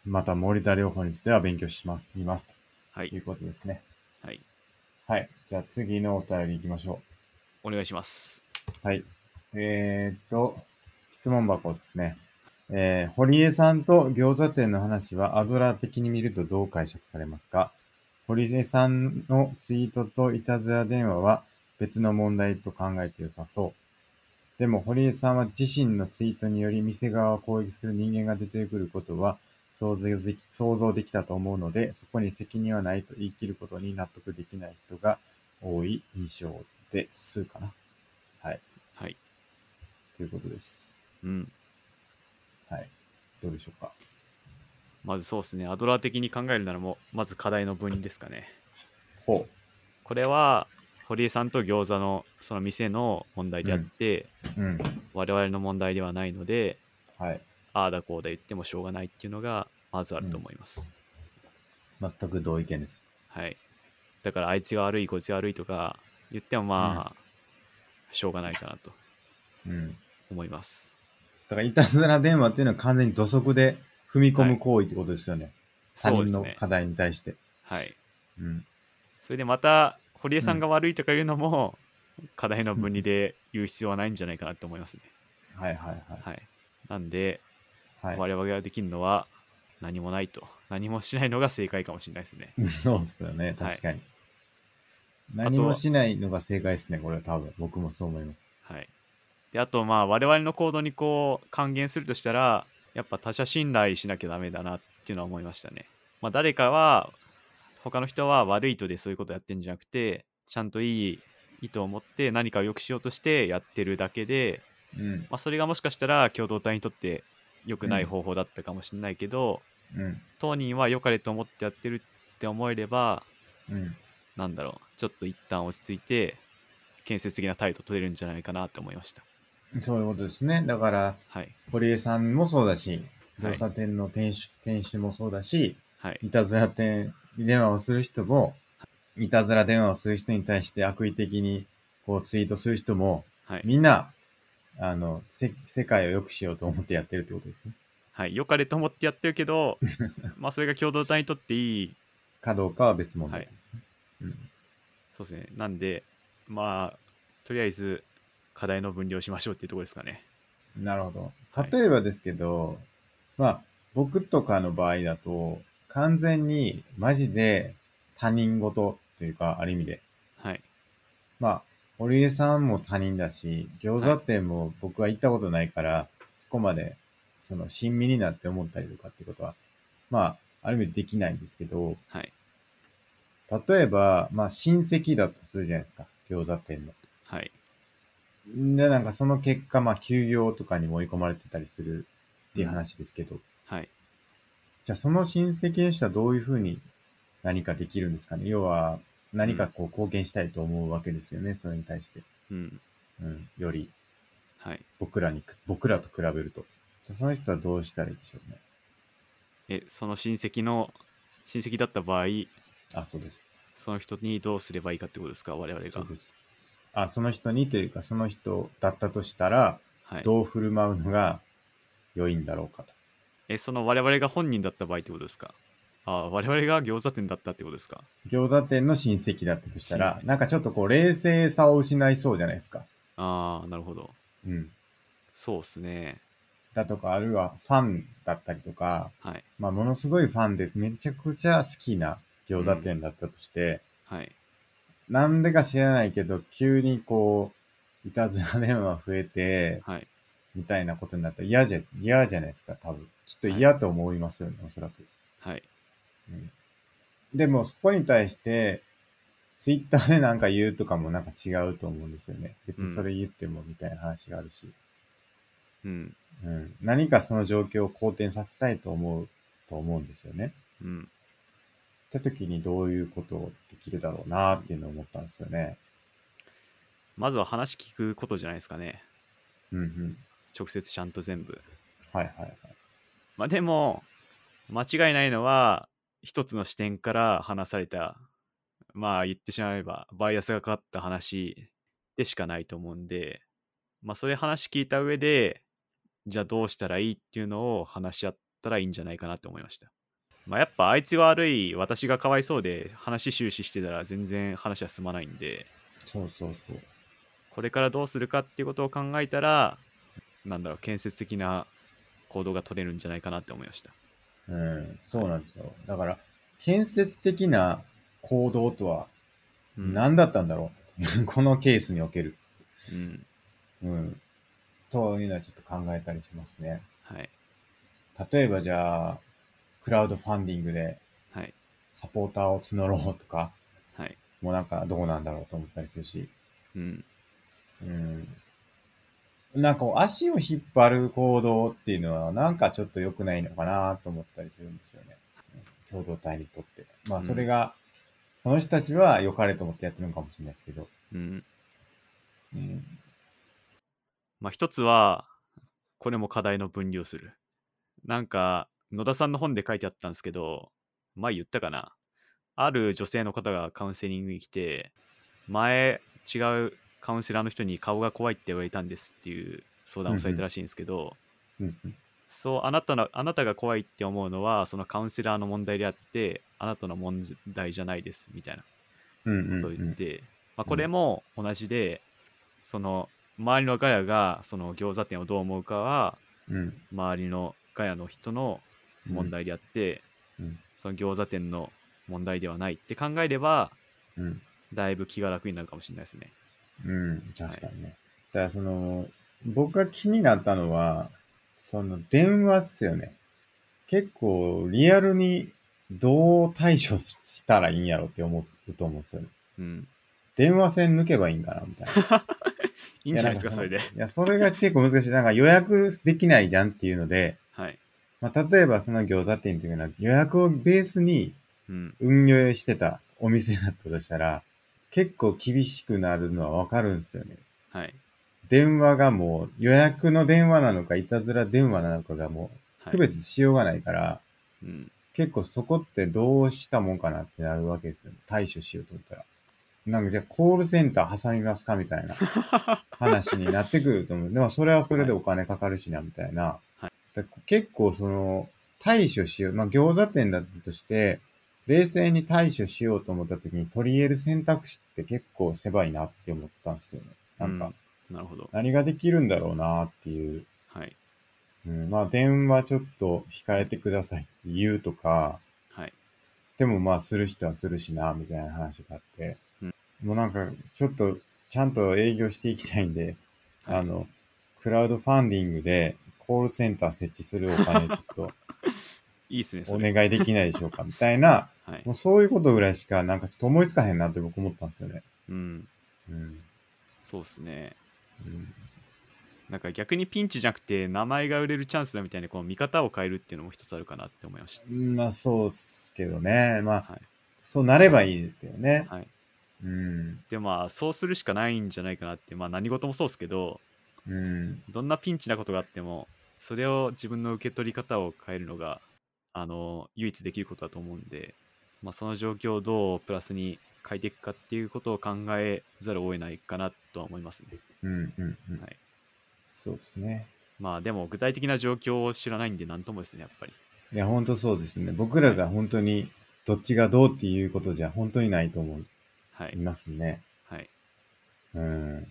また、森田療法については勉強します、見ます
は
とい
い。
うことですね。
はい。
はい。じゃあ次のお便り行きましょ
お願いします。
う。はい。えー、っと、質問箱ですね。えー、堀江さんと餃子店の話はアドラー的に見るとどう解釈されますか堀江さんのツイートといたずら電話は別の問題と考えて良さそう。でも堀江さんは自身のツイートにより店側を攻撃する人間が出てくることは想像でき想像できたと思うので、そこに責任はないと言い切ることに納得できない人が多い印象ですかな。はい。
はい。
ということです。
うん。
はい。どうでしょうか。
まずそうですね。アドラー的に考えるならもう、まず課題の分離ですかね。
ほ
これは、堀江さんと餃子のその店の問題であって、
う。うん。
我々の問題ではないので、
はい。
ああだこうだ言ってもしょうがないっていうのが、まずあると思います。
全く同意見です。
はい。だから、あいつが悪い、こいつが悪いとか言ってもまあ、しょうがないかなと
うん。だ
思います。
から、いたずら電話っていうのは完全に土足で踏み込む行為ってことですよね。
そう
他
で
人
す
の
ね。
課題に対して。
はい。
うん。
それでまた、堀江さんが悪いとか言うのも、課題の分離で言う必要はないんじゃないかなと思いますね。
はいはい
はい。なんで、
はい。は
我々ができるのは何もないと。何もしないのが正解かもしれないですね。
い、 そうっすよね。
はい
確かに。何もしないのが正解ですね、これは多分。僕もそう思います。
はい。で、あと、まあ、我々の行動にこう、還元するとしたら、やっぱ他者信頼しなきゃダメだなっていうのは思いましたね。まあ、誰かは、他の人は悪い意図でそういうことやってんじゃなくて、ちゃんといい意図を持って何かを良くしようとしてやってるだけで、
うん。
まあ、それがもしかしたら共同体にとって良くない方法だったかもしれないけど、
うん。
当人は良かれと思ってやってるって思えれば、
うん。
なんだろう、ちょっと一旦落ち着いて、建設的な態度取れるんじゃないかなと思いました。
そういうことですね。だから、
はい。
堀江さんもそうだし、
は
交
い。
差点の店主,、店主もそうだし、
はい。
いたずら店電話をする人も、いたずら電話をする人に対して悪意的にこうツイートする人も、
はい。
みんな、あの、せ世界を良くしようと思ってやってるってことですね。
はい。良かれと思ってやってるけど、まあ、それが共同体にとっていい、
かどうかは別問題ですね。うん
そうですね。なんで、まあ、とりあえず、課題の分離をしましょうっていうところですかね。
なるほど
はい。
例えばですけど、まあ、僕とかの場合だと、完全にマジで他人事というか、ある意味で。
はい。
まあ、堀江さんも他人だし、餃子店も僕は行ったことないから、そこまで、その、親身になって思ったりとかってことは、まあ、ある意味できないんですけど、
はい。
例えば、まあ、親戚だとするじゃないですか、餃子店の。
はい。
で、なんかその結果、まあ、休業とかにも追い込まれてたりするっていう話ですけど、
はい。
じゃあその親戚の人はどういうふうに何かできるんですかね要は何かこう貢献したいと思うわけですよね、それに対して。
うん。
うん、より
はい。
僕らに、僕らと比べると。じゃあその人はどうしたらいいでしょうね。
え、その親戚の、親戚だった場合、
あ、そうです。
その人にどうすればいいかってことですか、我々
そう
が
で。す。あ、その人にというか、その人だったとしたら、
はい、
どう振る舞うのが良いんだろうかと。
えその我々が本人だった場合ってことですかあ我々が餃子店だったってことですか
餃子店の親戚だったとした
親
ら、
戚
なんかちょっとこう冷静さを失いそうじゃないですか。
ああなるほど
うん。
そうっすね
だとか、あるいはファンだったりとか、
はい
まあ、ものすごいファンです。めちゃくちゃ好きな餃子店だったとして、
はい
なんでか知らないけど、急にこう、いたずら電話増えて、
はい
みたいなことになったら嫌じゃないですか。嫌じゃないですか、多分。きっと嫌と思いますよね、おそらく。
はい
うん。でも、そこに対して、ツイッターでなんか言うとかもなんか違うと思うんですよね。別にそれ言ってもみたいな話があるし。
うん
うん。何かその状況を好転させたいと思う、と思うんですよね。
うん
った時にどういうことをできるだろうなっていうのを思ったんですよね。
まずは話聞くことじゃないですかね
うんうん。
直接ちゃんと全部
はいはいはい。
まあでも間違いないのは一つの視点から話されたまあ言ってしまえばバイアスがかかった話でしかないと思うんでまあそれ話聞いた上でじゃあどうしたらいいっていうのを話し合ったらいいんじゃないかなと思いましたまあやっぱあいつが悪い私がかわいそうで話終始してたら全然話は進まないんで
そうそうそう。
これからどうするかっていうことを考えたらなんだろう建設的な行動が取れるんじゃないかなって思いました
うん、そうなんですよ。だから、建設的な行動とは
うん
何だったんだろう、 このケースにおける。
うん
うん。というのはちょっと考えたりしますね。
はい。
例えばじゃあ、クラウドファンディングで
はい。
サポーターを募ろうとか、
はい。
もうなんかどうなんだろうと思ったりするし。
うん。
うんなんかこう足を引っ張る行動っていうのはなんかちょっと良くないのかなと思ったりするんですよね。共同体にとって。まあそれが、その人たちは良かれと思ってやってるのかもしれないですけど。
うん。
うん、
まあ、一つは、これも課題の分離をする。なんか、野田さんの本で書いてあったんですけど、前言ったかな。ある女性の方がカウンセリングに来て、前、違うカウンセラーの人に顔が怖いって言われたんですっていう相談をされたらしいんですけど、
うん、うん
そうあなたのあなたが怖いって思うのはそのカウンセラーの問題であってあなたの問題じゃないですみたいな
うん、うん。
と言って、まあ、
うん
これも同じで、その周りのガヤがその餃子店をどう思うかは
うん、
周りのガヤの人の問題であって、
うん
その餃子店の問題ではないって考えれば
うん。
だいぶ気が楽になるかもしれないですね。
うん、確かにね。だからその、僕が気になったのは、その電話っすよね。結構リアルにどう対処ししたらいいんやろって思うと思うんですよね。
うん、
電話線抜けばいいんかなみたいな。
いいんじゃないですかそれで
い。や、それが結構難しい。なんか予約できないじゃんっていうので、
はい、
まあ、例えばその餃子店っていうのは予約をベースに
うん
運用してたお店だったとしたら、結構厳しくなるのはわかるんですよね。
はい
電話がもう予約の電話なのかいたずら電話なのかがもう
はい
区別しようがないから、
うん
結構そこってどうしたもんかなってなるわけですよ。対処しようと思ったら。なんかじゃあコールセンター挟みますかみたいな話になってくると思う。でもそれはそれでお金かかるしな、みたいな。
は
で結構その対処しよう。まあ餃子店だったとして、冷静に対処しようと思った時に取り入れる選択肢って結構狭いなって思ったんですよね。 なんか、
なるほど。
何ができるんだろうなっていう。
はい
うん、まあ電話ちょっと控えてくださいって言うとか、
はい
でもまあする人はするしな、みたいな話があって、
うん
もうなんかちょっとちゃんと営業していきたいんで、
はい
あの、クラウドファンディングでコールセンター設置するお金ちょっと
い いですねそ
お
れ。
願いできないでしょうか、みたいな、
はい
もうそういうことぐらいしかなんかちょっと思いつかへんなって僕思ったんですよね。
うん、
うん。
そうですね。
うん、
なんか逆にピンチじゃなくて名前が売れるチャンスだみたいなこの見方を変えるっていうのも一つあるかなって思いまし
うんまあそうっすけどね。まあ
た。、はい。
そうなればいいですけどね。
はい、
うん。
でまあそうするしかないんじゃないかなってまあ何事もそうですけど
うん。
どんなピンチなことがあってもそれを自分の受け取り方を変えるのがあの唯一できることだと思うんで、まあ、その状況をどうプラスに変えていくかっていうことを考えざるを得ないかなとは思いますね。
うん。うん。うん
はい
そうですね。
まあでも具体的な状況を知らないんで何ともですねやっぱり
いや、本当そうですね。僕らが本当にどっちがどうっていうことじゃ本当にないと思
はいい
ますね。
はい
うん。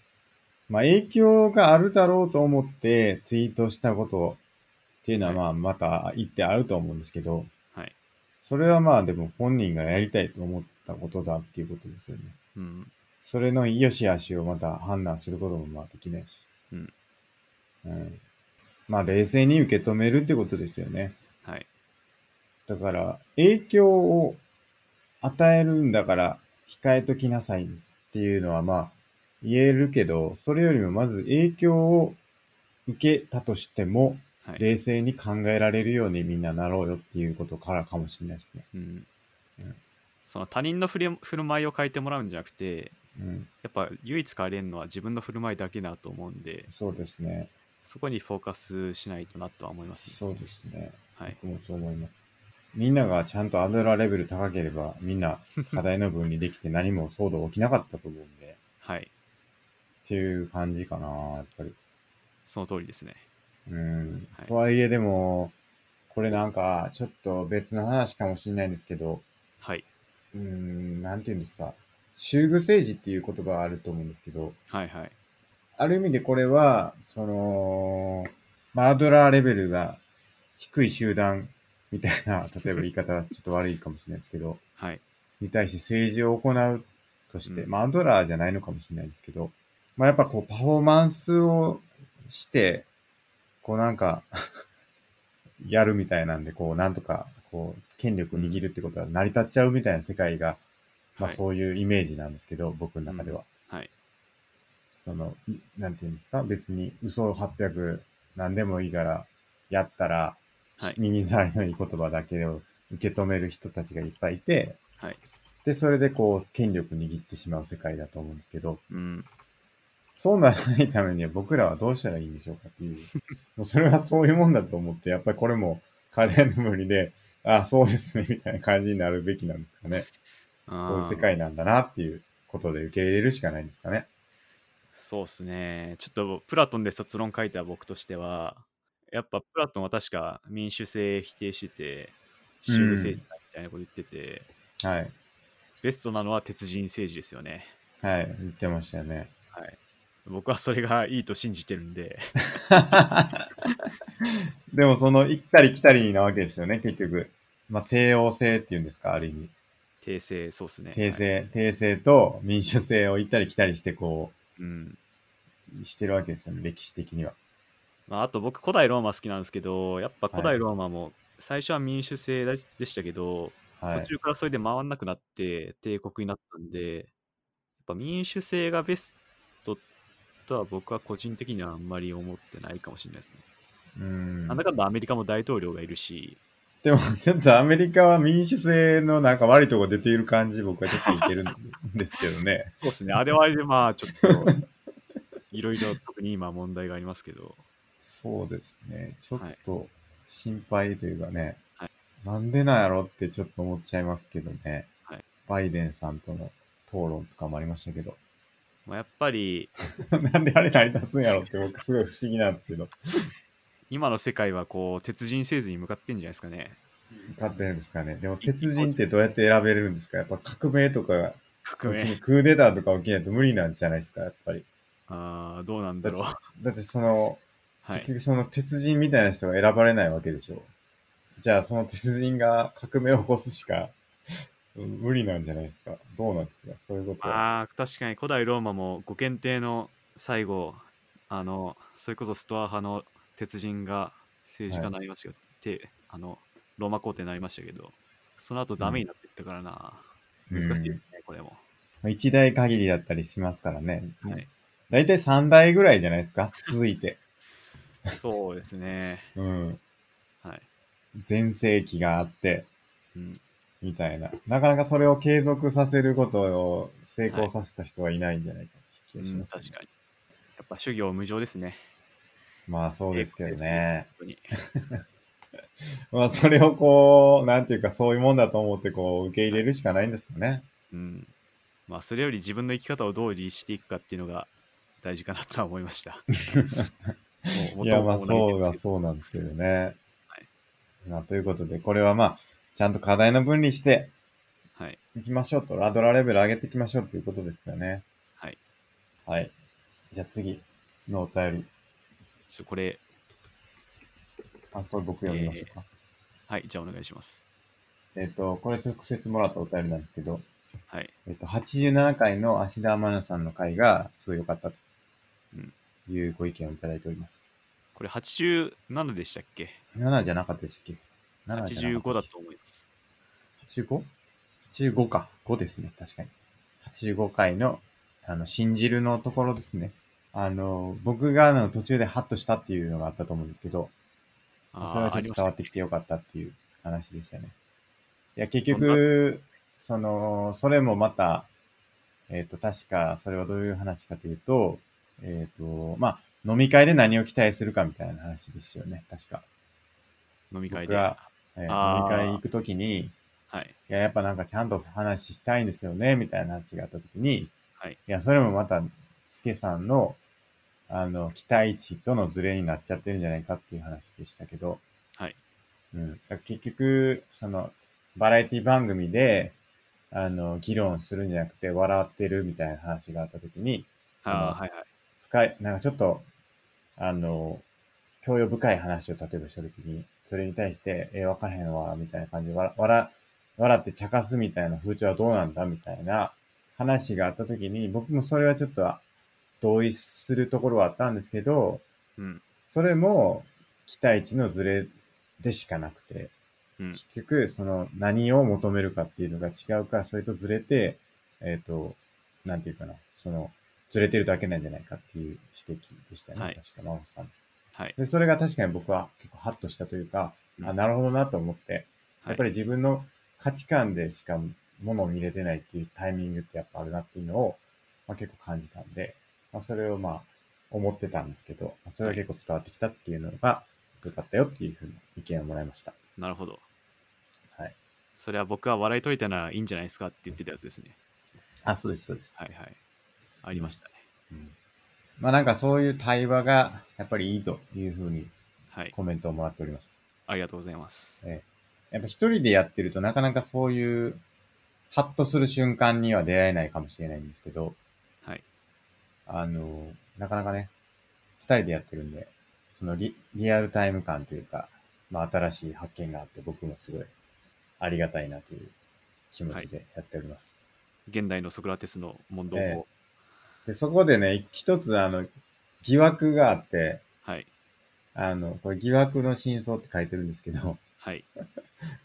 まあ、影響があるだろうと思ってツイートしたことっていうのは
はい
まあ、また一定あると思うんですけど、
はい
それはまあでも本人がやりたいと思ったことだっていうことですよね。
うん
それの良し悪しをまた判断することもまあできないし。
うん。
うん。まあ冷静に受け止めるってことですよね。
はい
だから、影響を与えるんだから控えときなさいっていうのはまあ言えるけど、それよりもまず影響を受けたとしても、
はい
冷静に考えられるようにみんななろうよっていうことからかもしれないですね。
うん
うん
その他人の振り振る舞いを変えてもらうんじゃなくて
うん。
やっぱ唯一変えれるのは自分の振る舞いだけだと思うんで
そうですね。
そこにフォーカスしないとなとは思いますね
そうですね。
はい
僕もそう思います。みんながちゃんとアドラーレベル高ければ、みんな課題の分離できて何も騒動起きなかったと思うんで、
はい
っていう感じかな、やっぱり。
その通りですね
うん。
はい
とはいえでも、これなんか、ちょっと別の話かもしれないんですけど、
はい
うん、なんて言うんですか。修具政治っていう言葉があると思うんですけど、
はいはい
ある意味でこれは、その、まあアドラーレベルが低い集団みたいな、例えば言い方はちょっと悪いかもしれないですけど、
はい
に対して政治を行うとして、
うん
まあアドラーじゃないのかもしれないんですけど、まあやっぱこうパフォーマンスをして、こうなんか、 やるみたいなんで、こうなんとか、こう権力を握るってことは成り立っちゃうみたいな世界が、まあ
はい
そういうイメージなんですけど、僕の中では。
はい
その、いなんていうんですか、別に嘘800何でもいいから、やったら、
はい
耳障りのいい言葉だけを受け止める人たちがいっぱいいて、
はい
で、それでこう、権力握ってしまう世界だと思うんですけど、
うん
そうならないためには僕らはどうしたらいいんでしょうか っていう、もうそれはそういうもんだと思って、やっぱりこれも課題の無理で、ああ、そうですね、みたいな感じになるべきなんですかね。そういう世界なんだなっていうことで受け入れるしかないんですかね。
そうですね。ちょっとプラトンで卒論書いた僕としては、やっぱプラトンは確か民主制否定してて、
うん
州政治だみたいなこと言ってて、
はい。
ベストなのは鉄人政治ですよね。
はい。言ってましたよ ね。
はい。僕はそれがいいと信じてるんで、
でもその行ったり来たりなわけですよね、結局。まあ、帝王制っていうんですか、ある意味。
訂正、そうですね。
帝
はい
制、帝制と民主制を行ったり来たりして、こ
うん。
う、してるわけですよね、歴史的には。
まあ、あと僕、古代ローマ好きなんですけど、やっぱ古
は
代
い
ローマも最初は民主制だでしたけど、
は
途
い。
中からそれで回んなくなって帝国になったんで、やっぱ民主制がベストとは僕は個人的にはあんまり思ってないかもしれないですね。
うん
なんだかんだアメリカも大統領がいるし、
でも、ちょっとアメリカは民主制のなんか悪いとこ出ている感じ、僕はちょっといけるんですけどね。
そ うですね、あれはあれでまあちょっと、いろいろ特に今問題がありますけど、
そうですね。ちょっと心配というかね、
はい
なんでなんやろってちょっと思っちゃいますけどね。
はい
バイデンさんとの討論とかもありましたけど。
まあ、やっぱり
なんであれ成り立つんやろって僕すごい不思議なんですけど。
今の世界はこう、鉄人政治に向かってんじゃないですかね。
勝ってるんですかね。でも、鉄人ってどうやって選べれるんですかやっぱ革命とか、
革命。
クーデターとか起きないと無理なんじゃないですかやっぱり。
ああ、どうなん
だっ
だ
て
ろう。、
だってその、
は
結
い。
局その鉄人みたいな人が選ばれないわけでしょ。じゃあその鉄人が革命を起こすしか 無理なんじゃないですか。どうなんですかそういうことは。
まあ、確かに古代ローマもご検定の最後、あの、それこそストア派の鉄人が政治家になりましたって、あの、ローマ皇帝になりましたけど、その後ダメになっていったからな。難しいですね、これも。
うん一代限りだったりしますからね。
はい。
だいたい三代ぐらいじゃないですか続いて。
そうですね。
うん。
はい。
全盛期があって、
うん、
みたいな。なかなかそれを継続させることを成功させた人はいないんじゃないかって
う
気がし
ん
ます、
確かに。やっぱ修行無常ですね。
まあそうですけどね。
本当に。
まあそれをこう、なんていうかそういうもんだと思ってこう受け入れるしかないんですかね。
うん。まあ、それより自分の生き方をどう律していくかっていうのが大事かなとは思いました。も
いや、まあ、
元も
そう
何
が
ですけど
そうなんですけどね。まあ、ということで、これはまあ、ちゃんと課題の分離して
はい。
いきましょうと、ラドラレベル上げていきましょうということですよね。
はい。
はい。じゃあ次のお便り。
ちょこれ、
あ、これ僕読みましょうか。
はい、じゃあお願いします。
えっ、と、これ直接もらったお便りなんですけど、
はい。
えっ、と、87回の芦田愛菜さんの回がすごい良かったというご意見をいただいております。
これ87でしたっけ
7じゃなかったでしたっけ ?7 じゃなか
?85
った
だ
っけ
と思います。
85?85 か。5ですね。確かに。85回の、あの、信じるのところですね。あの、僕があの途中でハッとしたっていうのがあったと思うんですけど、
あ
それは
ー
ち
あ
ょっ
り
と伝
ました
わってきてよかったっていう話でしたね。いや、結局、その、それもまた、えっ、と、確か、それはどういう話かというと、えっ、と、まあ、飲み会で何を期待するかみたいな話ですよね、確か。
飲み会
僕
で。
が、えー
あー
飲み会行くときに、
はい。
いや、やっぱなんかちゃんと話したいんですよね、みたいな話があったときに、
はい。
いや、それもまた、スケさんの、あの、期待値とのズレになっちゃってるんじゃないかっていう話でしたけど、
はい。
うん。だから結局、その、バラエティ番組で、あの、議論するんじゃなくて、笑ってるみたいな話があったときに、その
ああー、はいはい。
深い、なんかちょっと、あの、教養深い話を例えばしたときに、それに対して、えー、わからへんわ、みたいな感じで、わら、わら、笑って茶化すみたいな風潮はどうなんだ、みたいな話があったときに、僕もそれはちょっと同意するところはあったんですけど、
うん。
それも期待値のズレでしかなくて、
うん。
結局、その何を求めるかっていうのが違うか、それとずれて、えっ、と、なんていうかな、その、ずれてるだけなんじゃないかっていう指摘でしたね。
はい
確か、真帆さん。
はい。
で、それが確かに僕は結構ハッとしたというか、
うん
あ、なるほどなと思って、やっぱり
り、
自分の価値観でしか物を見れてないっていうタイミングってやっぱあるなっていうのを、まあ、結構感じたんで、まあ、それをまあ思ってたんですけど、まあそれが結構伝わってきたっていうのが良かったよっていうふうな意見をもらいました。
なるほど。
はい。
それは僕は笑い取れたならいいんじゃないですかって言ってたやつですね。
あ、そうです、そうです。
はいはい。ありましたね。
うんまあなんかそういう対話がやっぱりいいというふうに
はい。
コメントをもらっております。
ありがとうございます。
やっぱ一人でやってるとなかなかそういうハッとする瞬間には出会えないかもしれないんですけど、
はい。
あの、なかなかね、二人でやってるんで、そのリリアルタイム感というか、まあ新しい発見があって僕もすごいありがたいなという気持ちでやっております。
現代のソクラテスの問答法。
えで、そこでね、一つあの疑惑があって、
はい。
あの、これ疑惑の真相って書いてるんですけど、
はい。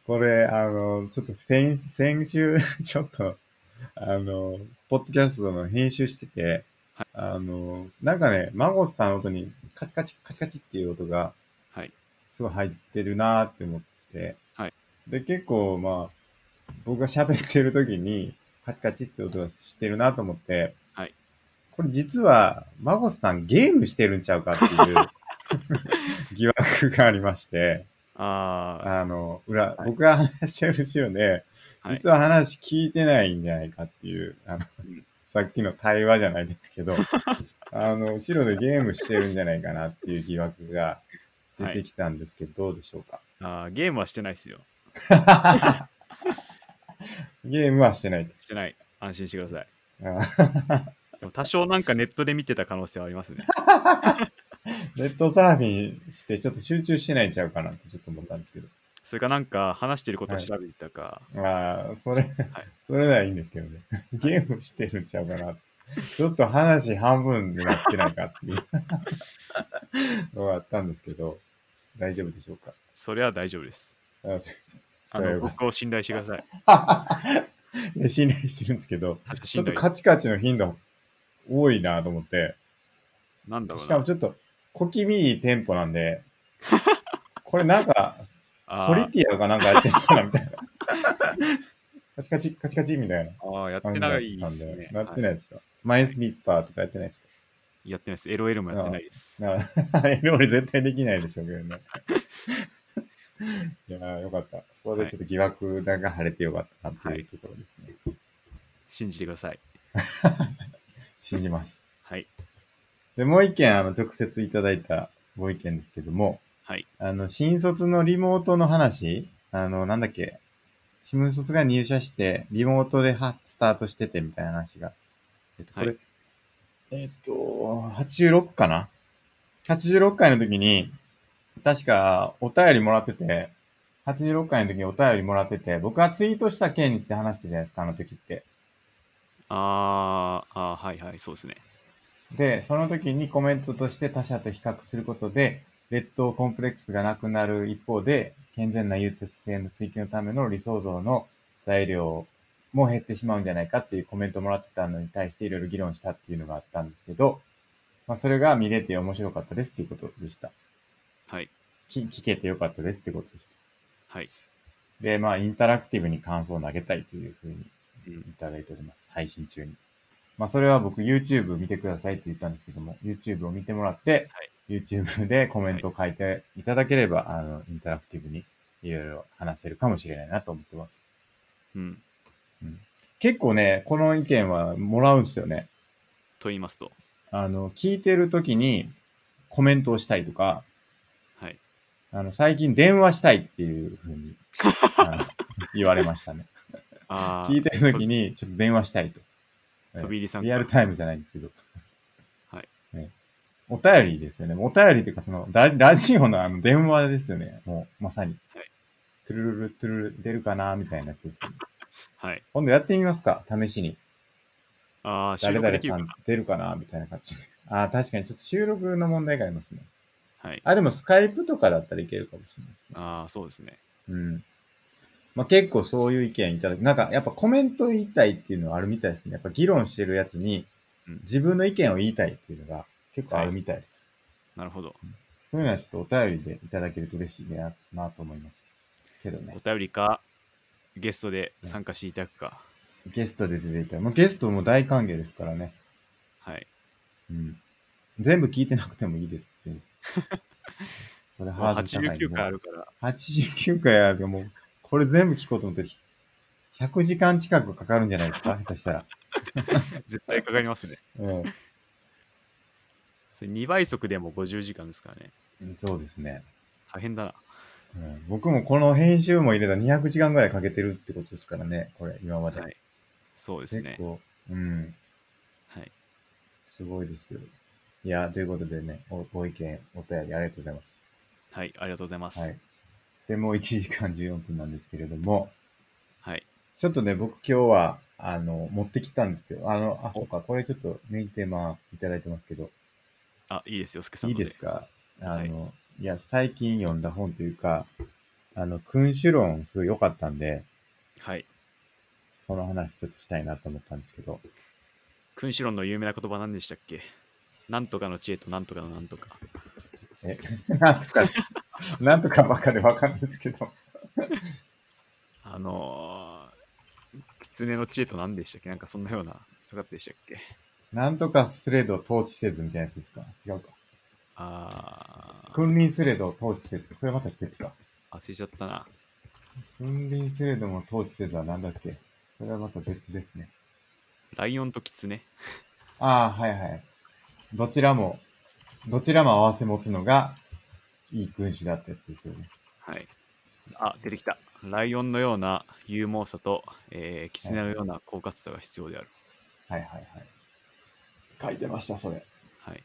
これ、あの、ちょっと先、先週、 ちょっと、あの、ポッドキャストの編集してて、
はい
あの、なんかね、マゴスさんの音にカチカチカチカチっていう音が
はい。
すごい入ってるなーって思って、
はい
で、結構まあ、僕が喋ってる時にカチカチって音がしてるなと思って、
はい
これ実は、マゴスさんゲームしてるんちゃうかって いう疑惑がありまして、
あ
あの、裏、
はい
僕が話してる後ろで、
あ、はい。
実は話聞いてないんじゃないかっていう、あの
うん、
さっきの対話じゃないですけ ど、あの、後ろでゲームしてるんじゃないかなっていう疑惑が出てきたんですけど、どうでしょうか。
あーゲームはしてないですよ。
ゲームはしてないと。
してない。安心してください。
あ
でも多少なんかネットで見てた可能性はありますね。
ネットサーフィンしてちょっと集中してないんちゃうかなってちょっと思ったんですけど。
それかなんか話してることを調べてたか。
まあ、それ、それならいいんですけどね。 ゲームしてるんちゃうかな。ちょっと話半分になってないかっていうのがあったんですけど、大丈夫でしょうか。
それは大丈夫です。
あすい
あ
ません
の僕を信頼してください。
いや信頼してるんですけど、
確か
ちょ
信
っと
頼。
カチカチの頻度多いなと思って、
なんだろう
しかも
な。
ちょっと小気味いいテンポなん で、これなんか、
あ
ソリティアがなんかやってるかなみ たいな。カチカチ、カチカチみたいな。
ーあー、やって
感じだっ
ない
たん
です
で
ね。
やって
は
ないですか、マインスリッパーとかやってないですか
いやってないです。LOL もやってないです。
なあれ俺絶対できないでしょうけど ね。いやーよかった。それでちょっと疑惑だが晴れてよかったなっていうところですね。
信じてください。
信じます。
はい。
で、もう一件、あの、直接いただいたご意見ですけども、
はい。
あの、新卒のリモートの話、あの、なんだっけ、新卒が入社して、リモートではスタートしててみたいな話が。えっと、これ、
はい
えっと、86かな ?86 回の時に、確かお便りもらってて、86回の時にお便りもらってて、僕がツイートした件について話したじゃないですか、あの時って。
あーあー、はいはい、そうですね。
で、その時にコメントとして他者と比較することで、劣等コンプレックスがなくなる一方で、健全な優越性の追求のための理想像の材料も減ってしまうんじゃないかっていうコメントもらってたのに対していろいろ議論したっていうのがあったんですけど、まあ、それが見れて面白かったですっていうことでした。
はい。
き聞けてよかったですってことでした。
はい。
で、まあ、インタラクティブに感想を投げたいというふうに
う
い
ん、
ただいております。配信中に。まあ、それは僕、YouTube 見てくださいって言ったんですけども、YouTube を見てもらって、
は
YouTube でコメントを書いていただければ、あの、インタラクティブにいろいろ話せるかもしれないなと思ってます。
うん。
結構ね、この意見はもらうんですよね。
と言いますと、
あの、聞いてる時にコメントをしたいとか、
はい。
あの、最近電話したいっていうふうに、あの言われましたね。
あー
聞いてる時にちょっと電話したいと。
と飛び入りさん
リアルタイムじゃないんですけど。
はい。
ね、お便りですよね。お便りというか、そのラ、ラジオのあの電話ですよね。もう、まさに。
はい。
トゥルルルトゥルル出るかなみたいなやつですよね。
はい。
今度やってみますか試しに。
ああ、収
誰
録で
々
きる
さ
か
ん
な。
出るかなみたいな感じで。ああ、確かにちょっと収録の問題がありますね。
はい。
あ、でもスカイプとかだったらいけるかもしれないですね。
ああ、そうですね。
うん。まあ、結構そういう意見いただき、なんかやっぱコメント言いたいっていうのはあるみたいですね。やっぱ議論してるやつに
うん
自分の意見を言いたいっていうのが結構あるみたいです。
なるほど。
そういうのはちょっとお便りでいただけると嬉しいななと思います。けどね
お、便りか、ゲストで参加していただくか。
ゲストで出ていただまあ、ゲストも大歓迎ですからね。
はい。
うん。全部聞いてなくてもいいです。全然それ
もう
ハードル高い
89
ね
回あるから、
89回あるけどもう、これ全部聞こうと思って、100時間近くかかるんじゃないですか下手したら。
絶対かかりますね。
うん。
それ2倍速でも50時間ですからね。
そうですね、
大変だな。
うん。僕もこの編集も入れた200時間ぐらいかけてるってことですからね、これ、今まで。
はい。そうです
結
ね。
構、うん、
はい。
すごいですよ。いや、ということでね、おご意見、お便りありがとうございます。
はい。ありがとうございます。
は
はいい。。
で、もう1時間14分なんですけれども、ちょっとね、僕今日は、あの、持ってきたんですよ。あの、あ、
お
そうか、これちょっとメインテーマいただいてますけど、
あ、いいですよ、すけさん
いい
ので。
ですかあ
はい
の、い、や、最近読んだ本というか、あの、君主論すごい良かったんで、
はい。
その話ちょっとしたいなと思ったんですけど、
君主論の有名な言葉何でしたっけなんとかの知恵となんとかのなんとか。
なんとか、なんとかばっかでわかるんですけど、
あのー、狐の知恵と何でしたっけなんかそんなようななかったでしたっけ
なんとかスレッドを統治せずみたいなやつですか違うか。
あー、
君臨スレッドを統治せず。これまた別か。
忘れちゃったな。
君臨スレッドも統治せずはなんだっけそれはまた別ですね。
ライオンと狐
ああ、はいはい。どちらも、どちらも合わせ持つのが、いい君主だったやつですよね。
はい。あ、出てきた。ライオンのような勇猛さと、えー、狐のような狡猾さが必要である。
はいはいはい。書いてました、それ。
はい。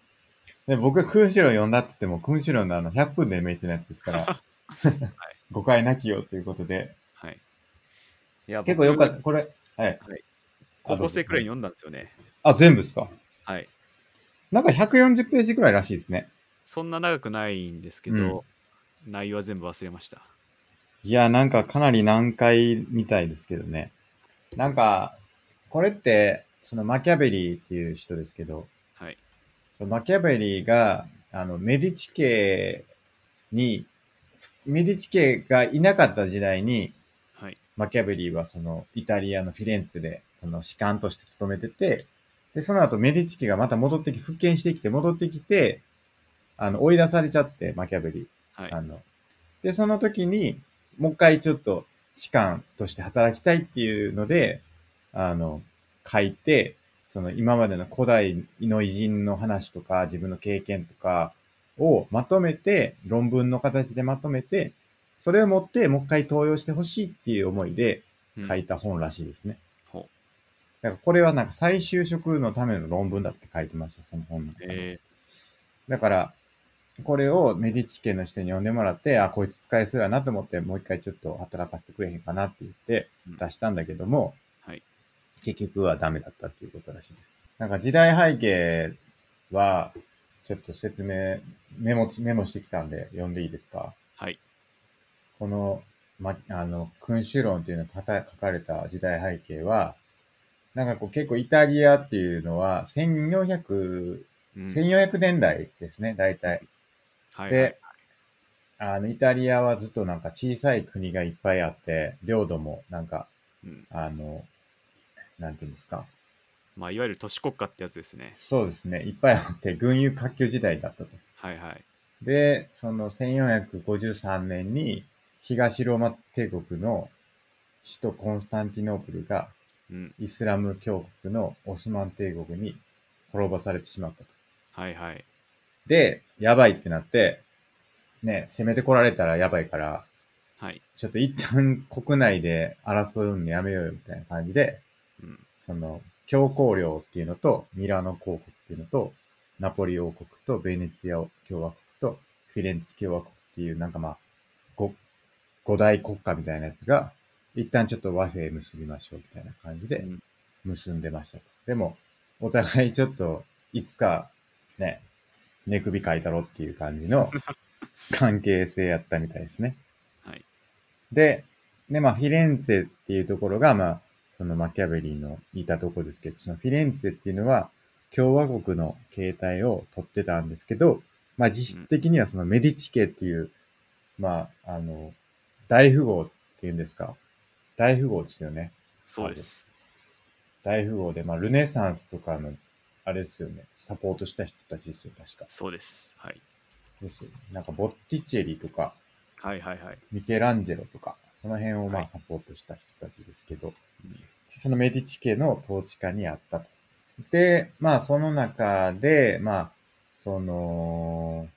で僕、君主論読んだっつっても、君主論のあの、100分で MH のやつですから、 誤解なきよということで、
はい。いや
結構よか
僕
った。これ、はい。
高校生くらいに読んだんですよね。
あ、全部ですか。
はい。
なんか140ページくらいらしいですね。
そんな長くないんですけど、内容は全部忘れました。
いや、なんかかなり難解みたいですけどね。なんか、これって、そのマキャベリーっていう人ですけど、
はい。
そのマキャベリーが、あの、メディチ家に、メディチ家がいなかった時代に、
はい。
マキャベリーはそのイタリアのフィレンツェでその士官として勤めてて、で、その後メディチ家がまた戻ってき、復権してきて戻ってきて、あの、追い出されちゃって、マキャベリ
は
ー。あ
い。
の、で、その時に、もう一回ちょっと士官として働きたいっていうので、あの、書いて、その今までの古代の偉人の話とか、自分の経験とか、をまとめて、論文の形でまとめて、それを持って、もう一回登用してほしいっていう思いで
うん
書いた本らしいですね。
ほう
だからこれはなんか再就職のための論文だって書いてました、その本の中に
え
だから、これをメディチ家の人に呼んでもらって、あ、こいつ使えそうやなと思って、もう一回ちょっと働かせてくれへんかなって言って
うん
出したんだけども、
はい
結局はダメだったっていうことらしいです。なんか時代背景は、ちょっと説明、メモ、メモしてきたんで読んでいいですか
ーはい。
この、ま、あの、君主論というのが書か書かれた時代背景は、なんかこう結構イタリアっていうのは1400、
うん
1400年代ですね、大体。
はいはい
で、あの、イタリアはずっとなんか小さい国がいっぱいあって、領土もなんか、
うん
あの、なんていうんですか。
まあ、いわゆる都市国家ってやつですね。
そうですね。いっぱいあって、軍友割拠時代だったと。
はいはい。
で、その1453年に東ローマ帝国の首都コンスタンティノープルが
うん。
イスラム教国のオスマン帝国に滅ぼされてしまったと。
はいはい。
で、やばいってなって、ね、攻めてこられたらやばいから、
はい。
ちょっと一旦国内で争うのやめようよみたいな感じで、
うん。
その、教皇領っていうのと、ミラノ公国っていうのと、ナポリ王国と、ベネツィア共和国と、フィレンツェ共和国っていう、なんかまあ、五、五大国家みたいなやつが、一旦ちょっと和平結びましょうみたいな感じで
うん、
結んでましたと。でも、お互いちょっと、いつか、ね、寝首かいたろっていう感じ の関係性やったみたいですね。
はい。
で、で、まあ、フィレンツェっていうところが、まあ、そのマキャベリーのいたところですけど、そのフィレンツェっていうのは、共和国の形態を取ってたんですけど、まあ、実質的にはそのメディチ家っていう、まあ、あの、大富豪っていうんですか。大富豪ですよね。
そうです。
大富豪で、まあ、ルネサンスとかの、あれですよね。サポートした人たちですよ、確か。
そうです。はい。
ですよね。なんか、ボッティチェリとか、
はいはいはい。
ミケランジェロとか、その辺をま
は
あ
い
サポートした人たちですけど、
うん
そのメディチ家の統治下にあったと。で、まあその中で、まあ、その、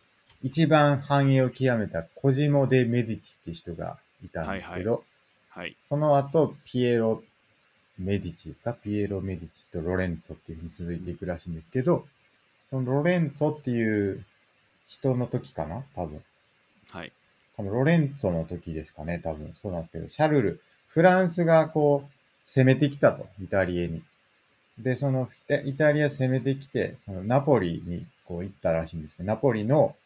一番繁栄を極めたコジモ・デ・メディチっていう人がいたんですけど、
はい。
その後、ピエロ・メディチですかピエロ・メディチとロレンツォっていうふうに続いていくらしいんですけど、そのロレンツォっていう人の時かな多分。
はい。
多分ロレンツォの時ですかね、多分そうなんですけど、シャルル、フランスがこう、攻めてきたと、イタリアに。で、その、イタイタリア攻めてきて、そのナポリにこう行ったらしいんですけど、ナポリの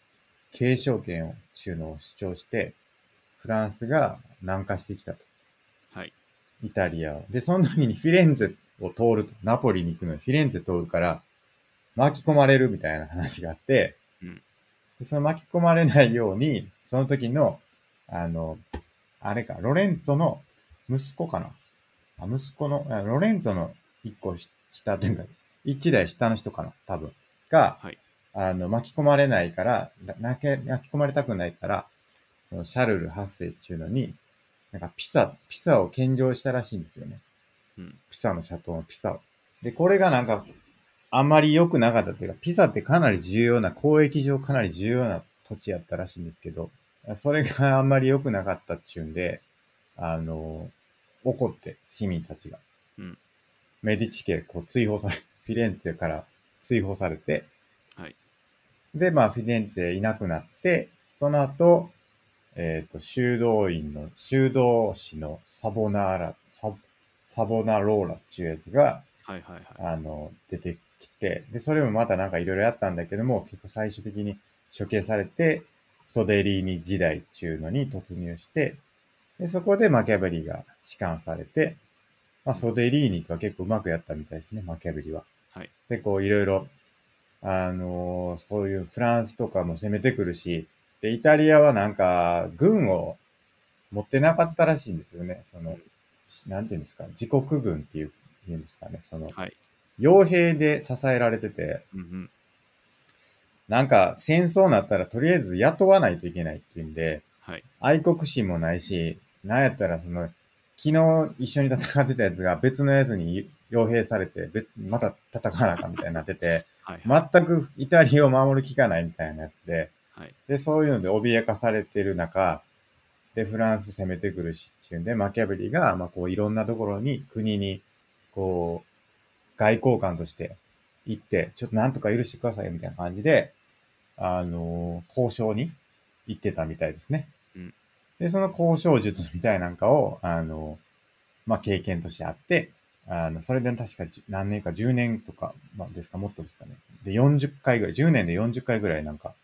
継承権を、収納を主張して、フランスが南下してきたと、
はい。
イタリアを。で、その時にフィレンツェを通ると、ナポリに行くのにフィレンツェ通るから、巻き込まれるみたいな話があって、
うん
でその巻き込まれないように、その時の、あの、あれか、ロレンツォの息子かな。あ息子の、あロレンツォの一個し下というか、一代下の人かな、多分。が、
はい
あの、巻き込まれないから、な泣け、巻き込まれたくないから、そのシャルル8世っていうのに、なんかピサ、ピサを献上したらしいんですよね。
うん。
ピサのシャトーのピサを。で、これがなんか、あんまり良くなかったというか、ピサってかなり重要な、交易上かなり重要な土地やったらしいんですけど、それがあんまり良くなかったっちゅうんで、あの、怒って、市民たちが。
うん
メディチ家、こう、追放され、 フィレンツェから追放されて、
はい。
で、まあ、フィレンツェいなくなって、その後、えっ、と、修道院の、修道士のサボナーラ、ササボナローラっていうやつが、
はいはいはい。
あの、出てきて、で、それもまたなんかいろいろやったんだけども、結構最終的に処刑されて、ソデリーニ時代っていうのに突入して、で、そこでマキャベリが弛緩されて、まあ、ソデリーニとは結構うまくやったみたいですね、マキャベリは。
はい。
で、こういろいろ、あのーそういうフランスとかも攻めてくるし、で、イタリアはなんか、軍を持ってなかったらしいんですよね。その、なんていうんですか、自国軍っていう、言うんですかね。その、
はい。
傭兵で支えられてて、
うんうん。
なんか戦争になったらとりあえず雇わないといけないっていうんで、
はい。
愛国心もないし、なんやったらその、昨日一緒に戦ってたやつが別のやつに傭兵されて、別また戦わなあかんみたいになってて、
はい。
全くイタリアを守る気がないみたいなやつで、
はい
で、そういうので脅かされてる中、で、フランス攻めてくるしっていうんで、マキャベリが、まあ、こう、いろんなところに、国に、こう、外交官として行って、ちょっとなんとか許してくださいよみたいな感じで、あのー交渉に行ってたみたいですね。
うん
で、その交渉術みたいなんかを、あのーまあ、経験としてあって、あの、それで確かじゅ何年か10年とか、まあ、ですか、もっとですかね。で、40回ぐらい、10年で40回ぐらいなんか、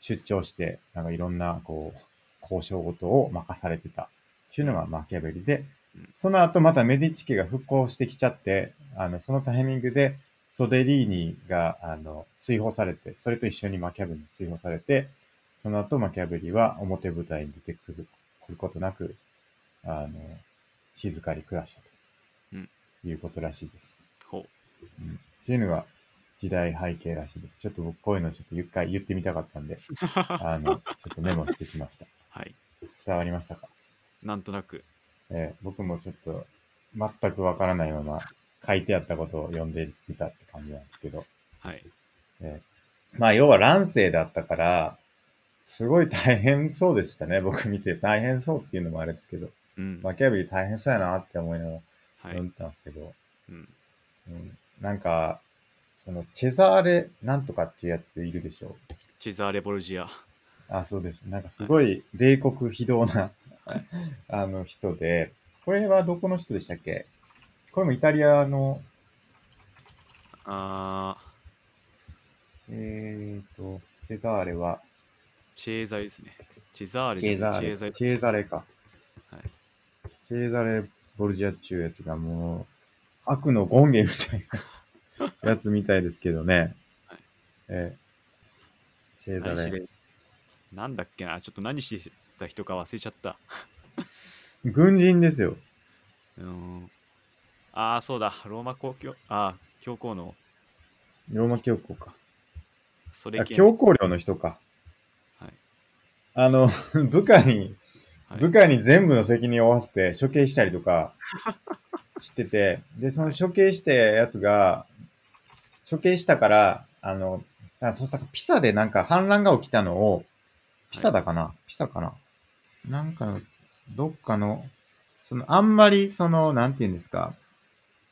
出張して、なんかいろんな、こう、交渉事を任されてたっていうのがマキャベリで
うん、
その後またメディチ家が復興してきちゃって、あの、そのタイミングで、ソデリーニが、あの、追放されて、それと一緒にマキャベリに追放されて、その後マキャベリは表舞台に出てくる来ることなく、あの、静かに暮らした
うん
ということらしいです。
ほう
うんっていうのが時代背景らしいです。ちょっと僕こういうのちょっと一回言ってみたかった んで、
は
あの、ちょっとメモしてきました。
い
伝わりましたか、
なんとなく
えー僕もちょっと全くわからないまま書いてあったことを読んでみたって感じなんですけど、
はい
えーまあ要は乱世だったから、すごい大変そうでしたね。僕見て大変そうっていうのもあれですけど、
うん
マキャベリ大変そうやなって思いながら
はい
読んでたんですけど、
うん
うんなんか、その、チェザーレなんとかっていうやついるでしょ
チェザーレ・ボルジア
あ、そうです。なんかすごい冷酷非道な あの人で、これはどこの人でしたっけこれもイタリアの、
あー
えっ、と、チェザーレは、
チェーザーレですねチェザーレ
チェ
じゃな
ザ
い
ーレ、
チェーザーレ
チェザーレか。
はい
チェザーレ・ボルジアっちゅうやつがもう、悪の権限みたい なやつみたいですけどね。
はい
えーチェザ
何
ー
し
レ。
てなんだっけなちょっと何してた人か忘れちゃった
軍人ですよ。
うーんああそうだローマ公共ああ教皇の
ローマ教皇か。
そ
あ
れ系
教皇領の人か。
はい
あの、 部下に、
はい
部下に全部の責任を負わせて処刑したりと かしてて、で、その処刑したやつが、処刑したから、あの、あそうだからピサでなんか反乱が起きたのを、ピサだかな、ピサかななんかの、どっかの、その、あんまり、その、なんて言うんですか、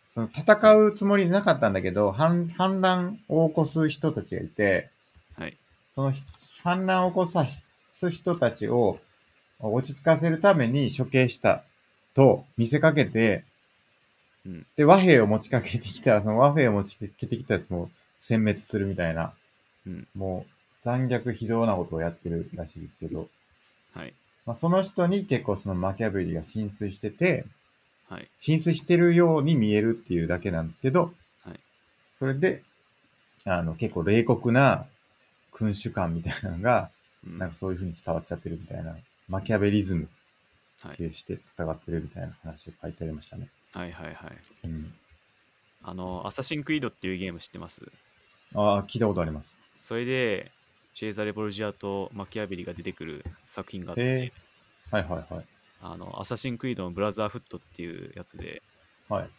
その、戦うつもりなかったんだけど、反反乱を起こす人たちがいて、
はい
その反乱を起こさす人たちを落ち着かせるために処刑したと見せかけて、
うん
で、和平を持ちかけてきたら、その和平を持ちかけてきたやつも殲滅するみたいな、
うん
もう残虐非道なことをやってるらしいですけど、
はい
まあ、その人に結構そのマキャベリが浸水してて、
はい
浸水してるように見えるっていうだけなんですけど、
はい
それで、あの、結構冷酷な君主観みたいなのが、
うん
なんかそういう風に伝わっちゃってるみたいな、マキャベリズム
はい
系して戦ってるみたいな話が書いてありましたね。
はいはいはい
うん。
あのアサシンクイードっていうゲーム知ってます
ああ、聞いたことあります。
それでチェーザーレ・ボルジアとマキアベリが出てくる作品があって、
へえはいはいはい。
あのアサシンクイードのブラザーフットっていうやつで
はい。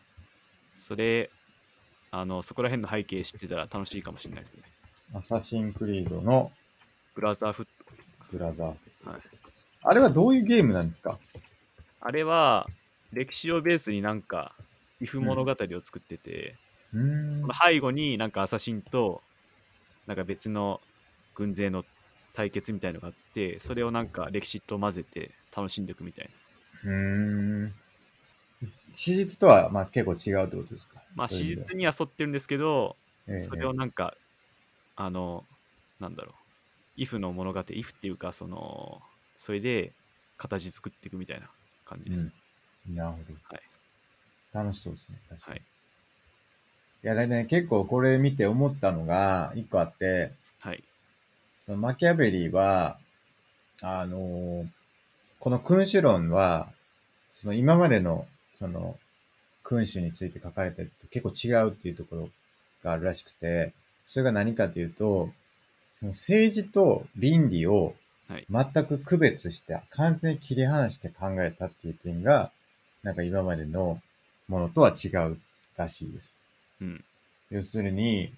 それあのそこら辺の背景知ってたら楽しいかもしれないですね
アサシンクリードの
ブラザーフッ
ブラザー。
ト、はい、
あれはどういうゲームなんですか
あれは歴史をベースになんか、イフ物語を作ってて、
うーん
その。背後になんかアサシンとなんか別の軍勢の対決みたいのがあって、それをなんか歴史と混ぜて楽しんでいくみたいな。
うーん。史実とは、まあ、結構違うってことですか
まあ
そう
史
いう意味では
実には沿ってるんですけど、
ええ
それをなんか、あの、なんだろう、イフの物語、イフっていうか、その、それで形作っていくみたいな感じです。
うん、なるほど。
はい
楽しそうですね。確かに。
はい
い、や、だいたい結構これ見て思ったのが、一個あって、
はい。
そのマキャベリーは、あのーこの君主論は、その今までの、その、君主について書かれたやつと結構違うっていうところがあるらしくて、それが何かというと、その政治と倫理を
はい
全く区別して、完全に切り離して考えたっていう点が、なんか今までのものとは違うらしいです。
うん。
要するに、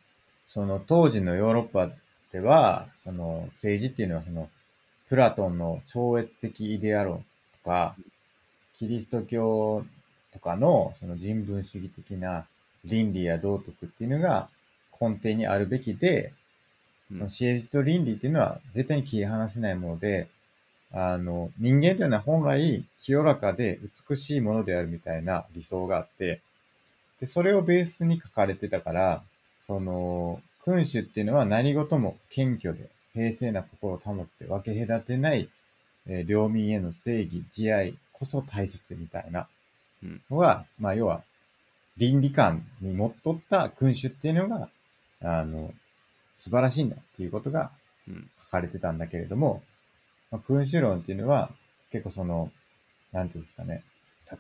その当時のヨーロッパでは、その政治っていうのはそのプラトンの超越的イデア論とか、キリスト教とかのその人文主義的な倫理や道徳っていうのが根底にあるべきで、
うん
その政治と倫理っていうのは絶対に切り離せないもので、あの、人間というのは本来清らかで美しいものであるみたいな理想があって、で、それをベースに書かれてたから、その、君主っていうのは何事も謙虚で平静な心を保って分け隔てない、えー領民への正義、慈愛こそ大切みたいな
うん
のが、まあ要は倫理観にもっとった君主っていうのが、あの、素晴らしいんだっていうことが
うん
書かれてたんだけれども、まあ、君主論っていうのは結構その、なんていうんですかね、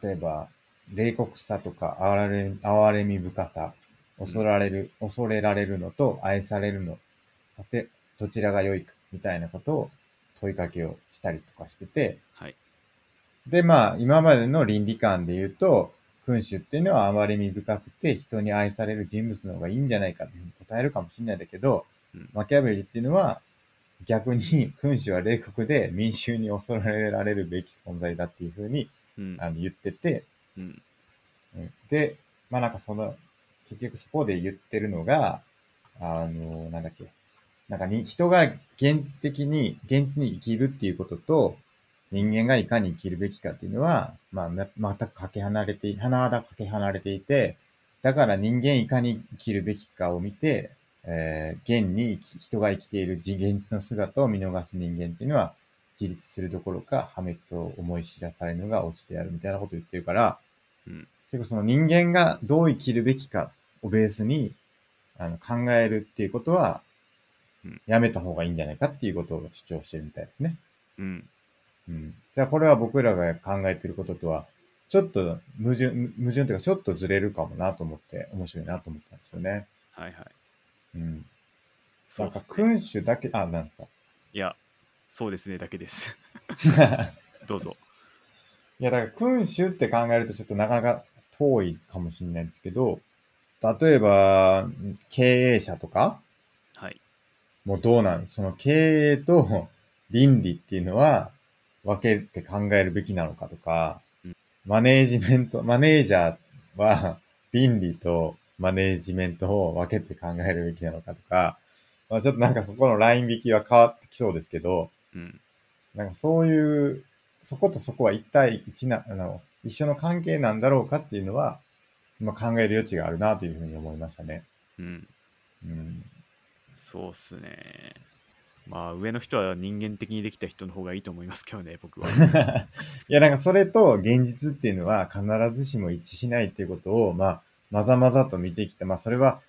例えば、冷酷さとか哀れ哀れみ深さ、恐られる、恐れられるのと愛されるの、さて、どちらが良いかみたいなことを問いかけをしたりとかしてて、
はい
で、まあ、今までの倫理観で言うと、君主っていうのは哀れみ深くて人に愛される人物の方がいいんじゃないかっていうふうに答えるかもしれないんだけど、
うん
マキャベリっていうのは逆に君主は冷酷で民衆に恐れられるべき存在だっていうふうに
うん
あの言ってて、
うん
うんで、まあなんかその、結局そこで言ってるのが、あの、なんだっけ、なんかに人が現実的に、現実に生きるっていうことと、人間がいかに生きるべきかっていうのは、まあ、ま全くかけ離れて、甚だかけ離れていて、だから人間いかに生きるべきかを見て、えー現に生き人が生きているじ現実の姿を見逃す人間っていうのは、自立するどころか破滅を思い知らされるのが落ちてあるみたいなことを言ってるから、
うん
結構その人間がどう生きるべきかをベースにあの考えるっていうことは
うん、
やめた方がいいんじゃないかっていうことを主張してるみたいですね。
うん
うん。じゃあこれは僕らが考えてることとは、ちょっと矛盾、矛盾というかちょっとずれるかもなと思って、面白いなと思ったんですよね。
はいはい
うん。
そ
な
うん
か
ですね
君主だけ、あ、なんですか。
いやそうですねだけです どうぞ
いや、だから君主って考えるとちょっとなかなか遠いかもしれないんですけど、例えば、ん経営者とか
はい
もうどうなのその経営と 倫理っていうのは分けて考えるべきなのかとか
うん、
マネージメント、マネージャーは 倫理とマネージメントを分けて考えるべきなのかとか、まあ、ちょっとなんかそこのライン引きは変わってきそうですけど、
うん
なんかそういう、そことそこは一対一な、あの、一緒の関係なんだろうかっていうのは、まあ、考える余地があるなというふうに思いましたね。
うん
うん。
そうっすねまあ上の人は人間的にできた人の方がいいと思いますけどね僕 は
いや、なんかそれと現実っていうのは必ずしも一致しないっていうことを、まあ、まざまざと見てきた。まあ、それは、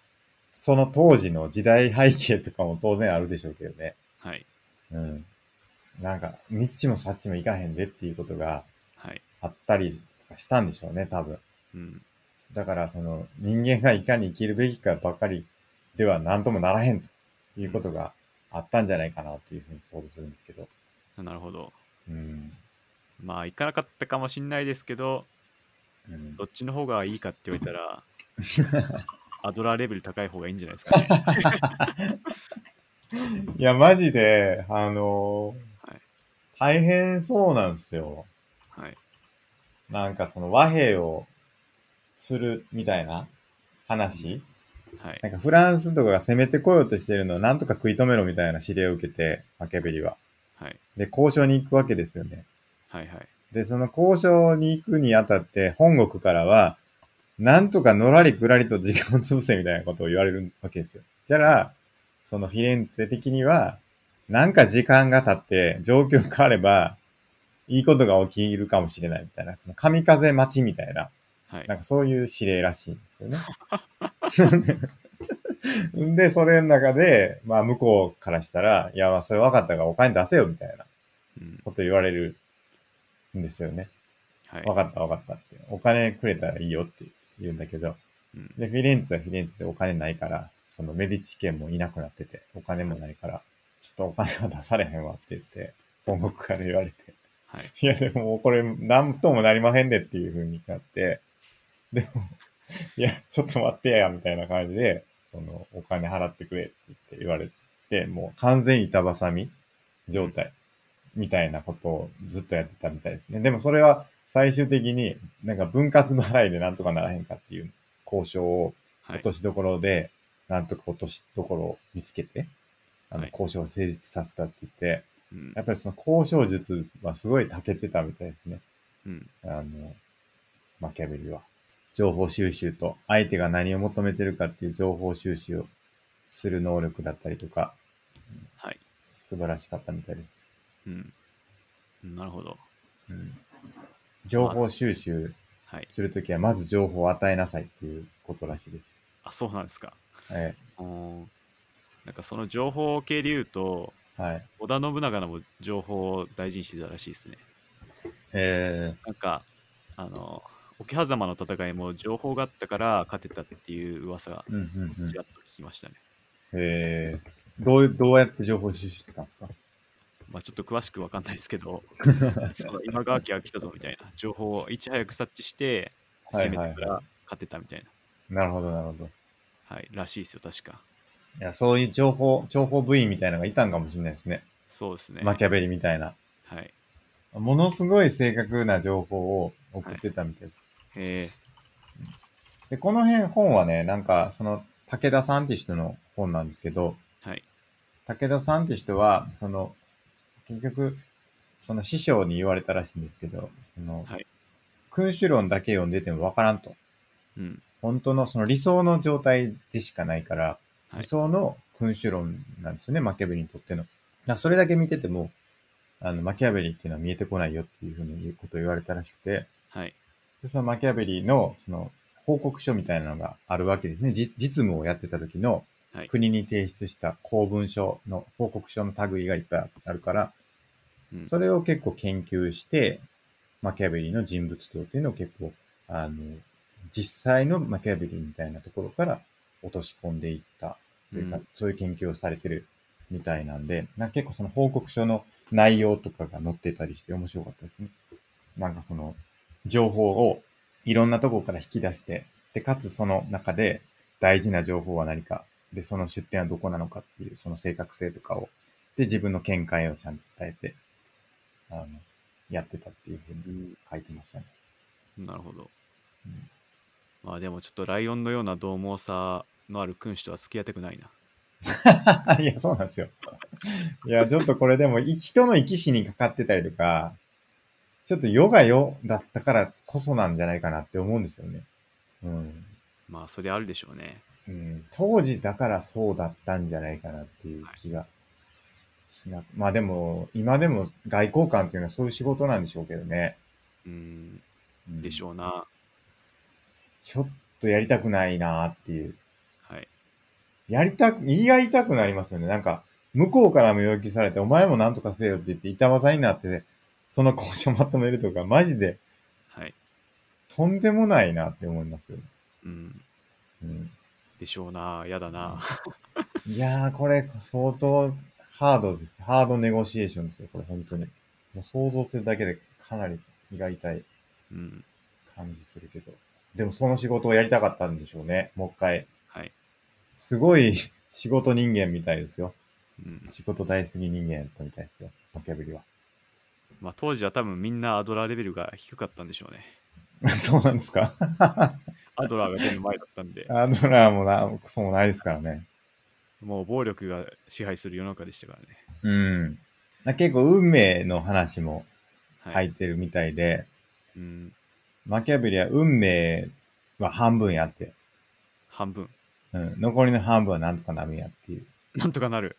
その当時の時代背景とかも当然あるでしょうけどね。
はい
うん。なんか、にっちもさっちもいかへんでっていうことが
はい
あったりとかしたんでしょうね、多分。
うん
だから、その、人間がいかに生きるべきかばかりでは何ともならへんということがあったんじゃないかなというふうに想像するんですけど。
なるほど
うん。
まあいかなかったかもしんないですけど
うん
ど、っちの方がいいかって言われたらアドラーレベル高い方がいいんじゃないで すかね
いや、マジで、あのー
はい
大変そうなんですよ。
はい
なんかその和平をするみたいな話。
はい
なんかフランスとかが攻めてこようとしてるのをなんとか食い止めろみたいな指令を受けて、マキャベリは。
はい
で、交渉に行くわけですよね。
はいはい
で、その交渉に行くにあたって、本国からは、なんとかのらりくらりと時間を潰せみたいなことを言われるわけですよ。だから、そのフィレンツェ的には、なんか時間が経って、状況変われば、いいことが起きるかもしれないみたいな、その神風待ちみたいな、
はい
なんかそういう指令らしいんですよね。 で、それの中で、まあ向こうからしたら、いや、まあそれ分かったからお金出せよみたいな
うん
こと言われるんですよね。
はい
わかったわかったって。お金くれたらいいよって言うんだけど。
うん
で、フィレンツェはフィレンツェでお金ないから、そのメディチ家もいなくなってて、お金もないから、ちょっとお金は出されへんわって言って、本国から言われて。
はい
いや、でももうこれ、なんともなりませんでっていう風になって、でも、いや、ちょっと待ってや、みたいな感じで、その、お金払ってくれって言って言われって、もう完全板挟み状態みたいなことをずっとやってたみたいですね。でもそれは最終的になんか分割払いでなんとかならへんかっていう交渉を
はい
落としどころで、なんとか落としどころを見つけて、あの
はい
交渉を成立させたって言って、
うん
やっぱりその交渉術はすごい長けてたみたいですね。
うん
あの、マキャベルは。情報収集と、相手が何を求めてるかっていう情報収集をする能力だったりとか、
はい
素晴らしかったみたいです。
うんなるほど
うん、情報収集
はい
するときは、まず情報を与えなさいっていうことらしいです。
あそうなんですか
え
おーなんかその情報系で言うと
えはい。
織田信長のも情報を大事にしてたらしいですね
え
なんかあの桶狭間の戦いも情報があったから勝てたっていう噂が
ー、うんうんうん
ち。らっと聞きましたね、
えー、どういう、どうやって情報収集してたんですか
まあちょっと詳しくわかんないです けどその今川家が来たぞみたいな情報をいち早く察知して
はい
攻
はいはい
めてから勝てたみたいな
なるほど、なるほど。い
はい、らしいですよ確か
や、そういう情報、情報部員みたいなのがいたんかもしれないですね。
そうですね
マキャベリみたいな。
はい
ものすごい正確な情報を送ってたみたいです。
え
で、この辺本はね、なんか、その、武田さんって人の本なんですけど、
ー、はい
武田さんって人は、その、結局、その師匠に言われたらしいんですけど、その、
はい
君主論だけ読んでてもわからんと。
うん
本当のその理想の状態でしかないから、
はい
理想の君主論なんですよね、マキャベリにとっての。だからそれだけ見てても、あの、マキャベリっていうのは見えてこないよっていうふうに言うことを言われたらしくて、
はい
で、そのマキャベリの、その、報告書みたいなのがあるわけですね。じ実務をやってた時の
はい
国に提出した公文書の報告書の類がいっぱいあるから、
うん
それを結構研究して、マキャベリの人物像っていうのを結構、あの、実際のマキャベリみたいなところから落とし込んでいったというか、
うん
そういう研究をされてるみたいなんで、なんか結構その報告書の内容とかが載ってたりして面白かったですね。なんかその、情報をいろんなところから引き出して、で、かつその中で大事な情報は何か、で、その出典はどこなのかっていう、その正確性とかを、で、自分の見解をちゃんと伝えて、あの、やってたっていうふう
う
に
ん
書いてましたね。
なるほど
うん
まあでもちょっとライオンのような獰猛さのある君主とは付き合いたくないな
いや、そうなんですよ。いや、ちょっとこれでも、生き人の生き死にかかってたりとか、ちょっと世が世だったからこそなんじゃないかなって思うんですよね。うん。
まあそれあるでしょうね
うん、当時だからそうだったんじゃないかなっていう気がしなく、まあでも、今でも外交官っていうのはそういう仕事なんでしょうけどね。
うん
うん
でしょうな、
ちょっとやりたくないなっていう。
はい
やりたく、言い合いたくなりますよね。なんか、向こうからも要求されて、お前もなんとかせよって言って、板挟になって、その交渉まとめるとか、マジで、
はい
とんでもないなって思いますよね。
うん
うん、
でしょうなやだな
いやー、これ、相当、ハードです。ハードネゴシエーションですよ、これ、本当に。もう想像するだけで、かなり胃が痛い
うん
感じするけど。でも、その仕事をやりたかったんでしょうね、もう一回。
はい
すごい仕事人間みたいですよ。
うん
仕事大好き人間やったみたいですよ、マキャブリは。
まあ当時は多分みんなアドラーレベルが低かったんでしょうね。
そうなんですか
アドラーが出る前だったん で、
アドラーもな、クソもないですからね。
もう暴力が支配する世の中でしたからね。
うん。な結構運命の話も
はい。
書いてるみたいで、
うん、
マキャベリは運命は半分やって、
半分。
うん、残りの半分はなんとかなるんやっていう、
なんとかな る。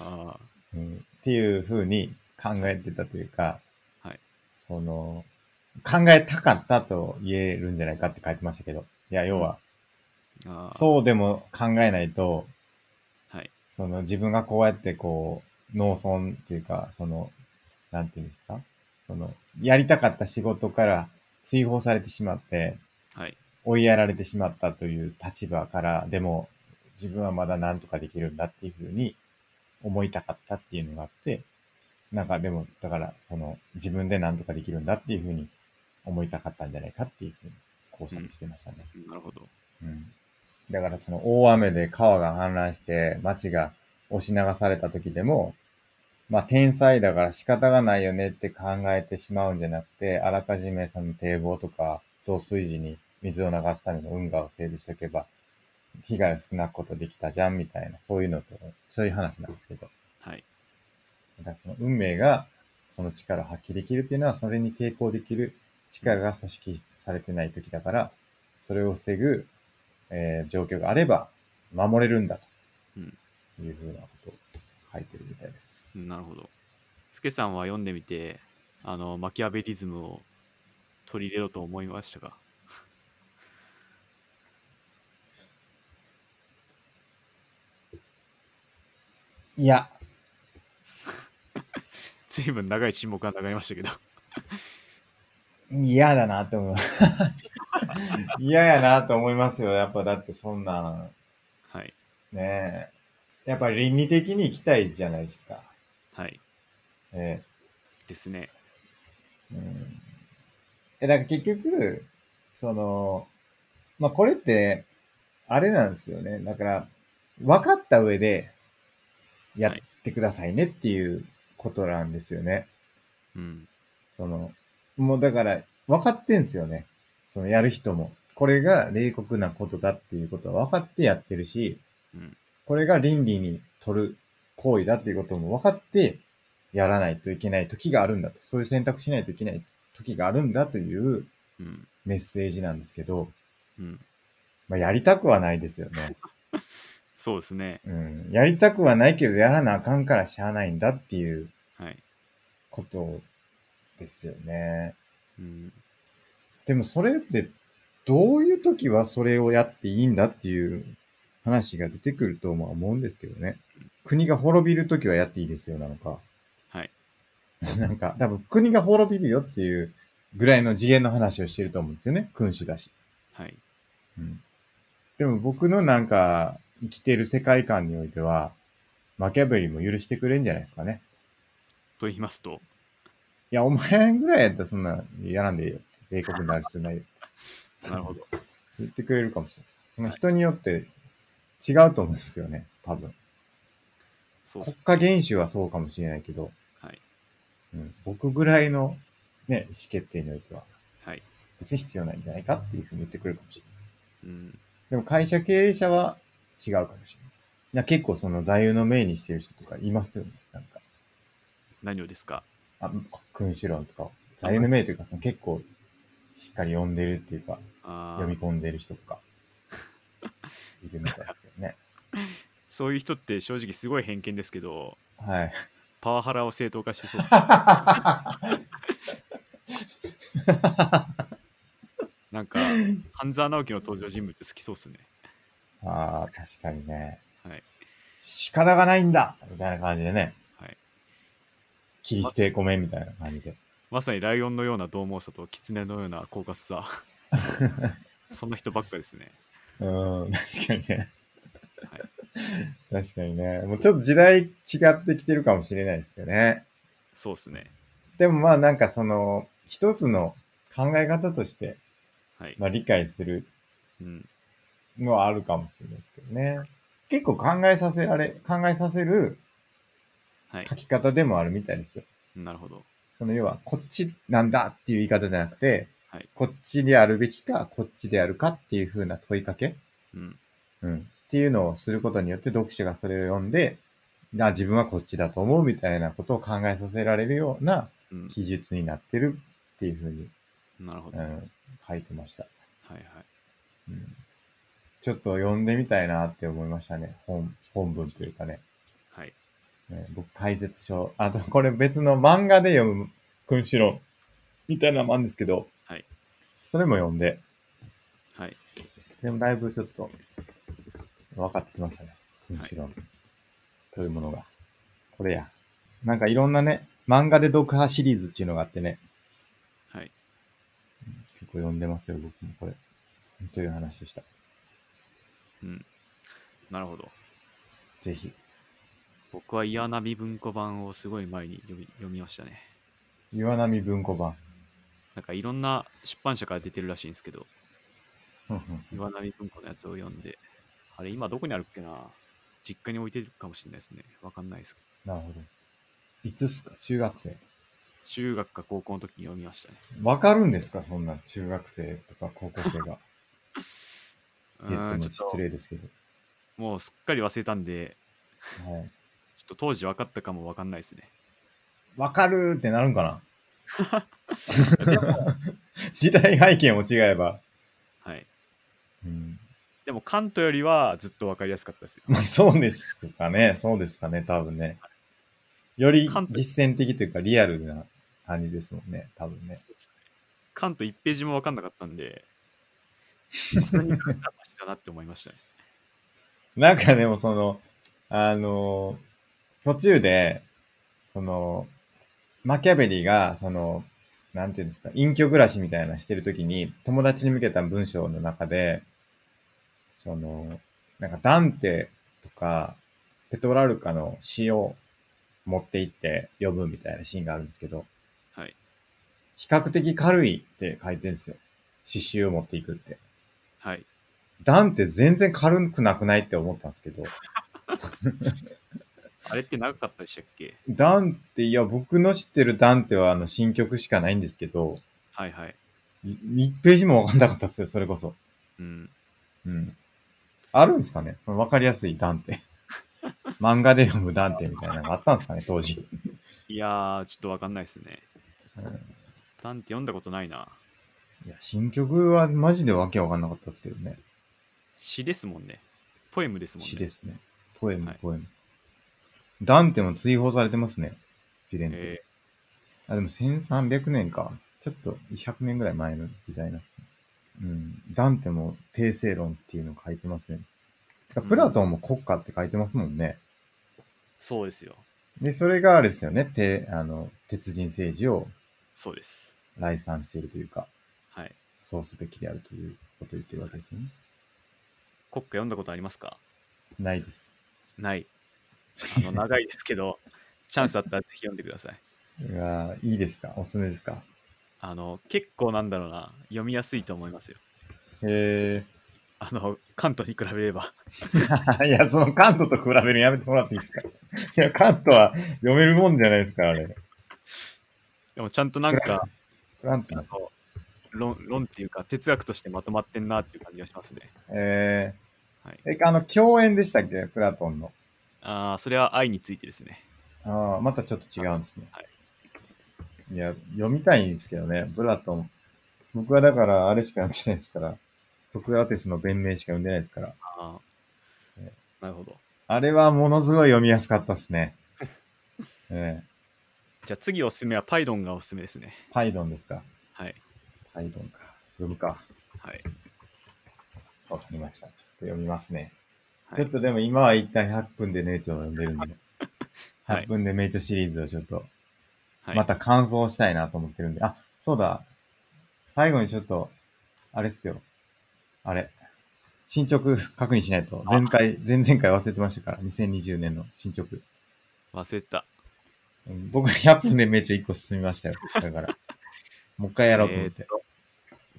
あ
うん、っていう風に考えてたというか、
はい。
その、考えたかったと言えるんじゃないかって書いてましたけど、いや、要は、
ーあー。
そうでも考えないと、
はい。
その自分がこうやってこう、農村っていうか、その、なんていうんですかその、やりたかった仕事から追放されてしまって、
はい。
追いやられてしまったという立場から、でも自分はまだ何とかできるんだっていうふうに思いたかったっていうのがあって、なんかでも、だから、その、自分で何とかできるんだっていうふうに思いたかったんじゃないかっていうふうに考察してましたね。
なるほど。
うん。だからその大雨で川が氾濫して町が押し流された時でも、まあ天災だから仕方がないよねって考えてしまうんじゃなくて、あらかじめその堤防とか増水時に水を流すための運河を整備しておけば、被害を少なくことできたじゃんみたいな、そういうのと、そういう話なんですけど。
はい。
だからその運命がその力を発揮できるっていうのは、それに抵抗できる力が組織されてない時だから、それを防ぐ、えー状況があれば守れるんだと
うん
いうふうなことを書いてるみたいです。
なるほど。スケさんは読んでみて、あの、マキアベリズムを取り入れろと思いましたか
いや、
随分長い沈黙が流れましたけど。
嫌だなって 思う。嫌やなと思いますよ。やっぱだってそんなん
はい。
ねえ、やっぱ倫理的に行きたいじゃないですか。
はい。
え
ですね。
えうん、えだから結局、その、まあ、これって、あれなんですよね。だから、分かった上で、やってくださいねっていうことなんですよね。
うん。
その、もうだから、分かってんすよね。その、やる人も。これが冷酷なことだっていうことは分かってやってるし、
うん。
これが倫理に取る行為だっていうことも分かってやらないといけない時があるんだと。そういう選択しないといけない時があるんだという
うん。
メッセージなんですけど、
うん。
まあ、やりたくはないですよね。
そうですね。
うん。やりたくはないけど、やらなあかんからしゃあないんだっていう
はい。
ことですよね。
うん。
でもそれって、どういう時はそれをやっていいんだっていう話が出てくるとまあ思うんですけどね。国が滅びる時はやっていいですよなのか。
はい。
なんか、多分国が滅びるよっていうぐらいの次元の話をしてると思うんですよね。君主だし。
はい。
うん。でも僕のなんか、生きてる世界観においては、マキャベリも許してくれんじゃないですかね。
と言いますと、
いや、お前ぐらいやったらそんなやらんでいいよ。米国になる必要ないよ。
なる ほど。
言ってくれるかもしれないです。その人によって違うと思うんですよね、多分。
そうっ
国
す。
家元首はそうかもしれないけど、
はい。
うん、僕ぐらいの、ね、意思決定においては
はい。
別に必要ないんじゃないかっていうふうに言ってくれるかもしれない。
うん。
でも会社経営者は違うかもしれない。いや結構その座右の銘にしてる人とかいますよね。なんか、
何をですか
あ君主論とかを、座右の銘というかその結構しっかり読んでるっていうか、
あ
読み
ー
込んでる人とか、いるみたいですけどね。
そういう人って正直すごい偏見ですけど、
はい。
パワハラを正当化してそう。な んか、半沢直樹の登場人物好きそうっすね。
ああ、確かにね。
はい。
仕方がないんだみたいな感じでね。
はい。
切り捨てごめんみたいな感じで。
まさにライオンのような獰猛さと狐のような狡猾さ。そんな人ばっかですね。
うーん、確かにね
はい。
確かにね。もうちょっと時代違ってきてるかもしれないですよね。
そうっすね。
でもまあなんかその、一つの考え方として、
はい。
まあ理解する
うん。
のはあるかもしれないですけどね。結構考えさせられ、考えさせる
はい
書。き方でもあるみたいですよ。
なるほど。
その要は、こっちなんだっていう言い方じゃなくて、
はい
こっちであるべきか、こっちであるかっていうふうな問いかけ、
うん。
うん、っていうのをすることによって読者がそれを読んで、あ自分はこっちだと思うみたいなことを考えさせられるような
うん。
記述になってるっていうふうに、
なるほど。
う
はい
ん、書いてました、
はい。
うん。ちょっと読んでみたいなって思いましたね。本、本文というかね。
はい。
ね僕、解説書。あと、これ別の漫画で読む君主論みたいなのもあるんですけど、
はい。
それも読んで、
はい。
でもだいぶちょっと分かってきましたね。むしろ。というものが。これや。なんかいろんなね、漫画で読破シリーズっていうのがあってね、
はい。
結構読んでますよ、僕もこれ。という話でした。
うん。なるほど。
ぜひ。
僕は岩波文庫版をすごい前に読み読みましたね。
岩波文庫版。
なんかいろんな出版社から出てるらしいんですけど、
うんうん
岩波文庫のやつを読んで、あれ、今どこにあるっけな実家に置いてるかもしれないですね。わかんないですけど。
なるほど。いつっすか中学生。
中学か高校の時に読みましたね。
わかるんですかそんな中学生とか高校 生が。って言っ
う
ても
んちょっと
失礼ですけど。
もうすっかり忘れたんで、
はい。
ちょっと当時分かったかも分かんないですね。
わかるってなるんかな 時代背景も違えば。
はい。
うん。
でも、カントよりはずっと分かりやすかったですよ。
まあそうですかね。そうですかね。多分ね。より
関東
実践的というかリアルな感じですもんね。多分ね。
そうですねカント1ページも分かんなかったんで、さすがにカントはマシだなって思いましたね。
なんかでもその、あの、途中で、その、マキャベリーが、その、なんていうんですか、隠居暮らしみたいなのしてるときに、友達に向けた文章の中で、その、なんかダンテとか、ペトラルカの詩を持って行って読むみたいなシーンがあるんですけど、
はい。
比較的軽いって書いてるんですよ。詩集を持っていくって。
はい。
ダンテ全然軽くなくないって思ったんですけど、
あれって長かったでしたっけ
ダンテ、いや、僕の知ってるダンテはあの新曲しかないんですけど、
はいはい。
い1ページもわかんなかったっすよ、それこそ。
うん。
うん。あるんですかねそのわかりやすいダンテ。 漫画で読むダンテみたいなのがあったんですかね、当時。
いやー、ちょっと分かんないですね。
うん
ダンって読んだことないな。
いや、新曲はマジでわけわかんなかったですけどね。
詩ですもんね。ポエムですもんね。
詩ですね。ポエ
は
ム
い、
ポエム。ダンテも追放されてますね、フィレンツェ。
え
あ、でも1300年か。ちょっと100年ぐらい前の時代なんですね。うん。ダンテも帝政論っていうの書いてますね。てか、
うん
プラトンも国家って書いてますもんね。
ーそうですよ。
で、それがあれですよね。て、あの、鉄人政治を
そうです。
来賛しているというか、
はい。
そうすべきであるということを言ってるわけですよね。
国歌読んだことありますか
ないです。
ない。あの、長いですけど、チャンスあったらぜひ読んでください。
いやーいいですかおすすめですか
あの、結構なんだろうな、読みやすいと思いますよ。
へ
あの、関東に比べれば。
ー。 いや、その関東と比べるのやめてもらっていいですかいや、関東は読めるもんじゃないですから、あれ。
でもちゃんとなんか、
関東
あ
なんか
の論論っていうか、哲学としてまとまってんなっていう感じがしますね。
えー、
はい、
え、あの、共演でしたっけプラトンの。
ああ、それは愛についてですね。
ああ、またちょっと違うんですね。
はい
いや、読みたいんですけどね、プラトン。僕はだから、あれしか読んでないですから、ソクラテスの弁明しか読んでないですから。
ああ
ね、
なるほど。
あれはものすごい読みやすかったです ね。ええ
じゃあ次おすすめはパイドンがおすすめですね。
パイドンですか。
はい。
パイドンか。読むか。
はい。
わかりました。ちょっと読みますね。
はい
ちょっとでも今は一旦100分で名著を読んでるんで、
はい
100分で名著シリーズをちょっと
はい、
また感想したいなと思ってるんで。あ、そうだ。最後にちょっと、あれっすよ。あれ。進捗確認しないと。
あ
前回、前々回忘れてましたから。2020年の進捗。
忘れてた。
うん僕は100分でめっちゃ1個進みましたよ。だから。 もう一回やろうと思って。
えーと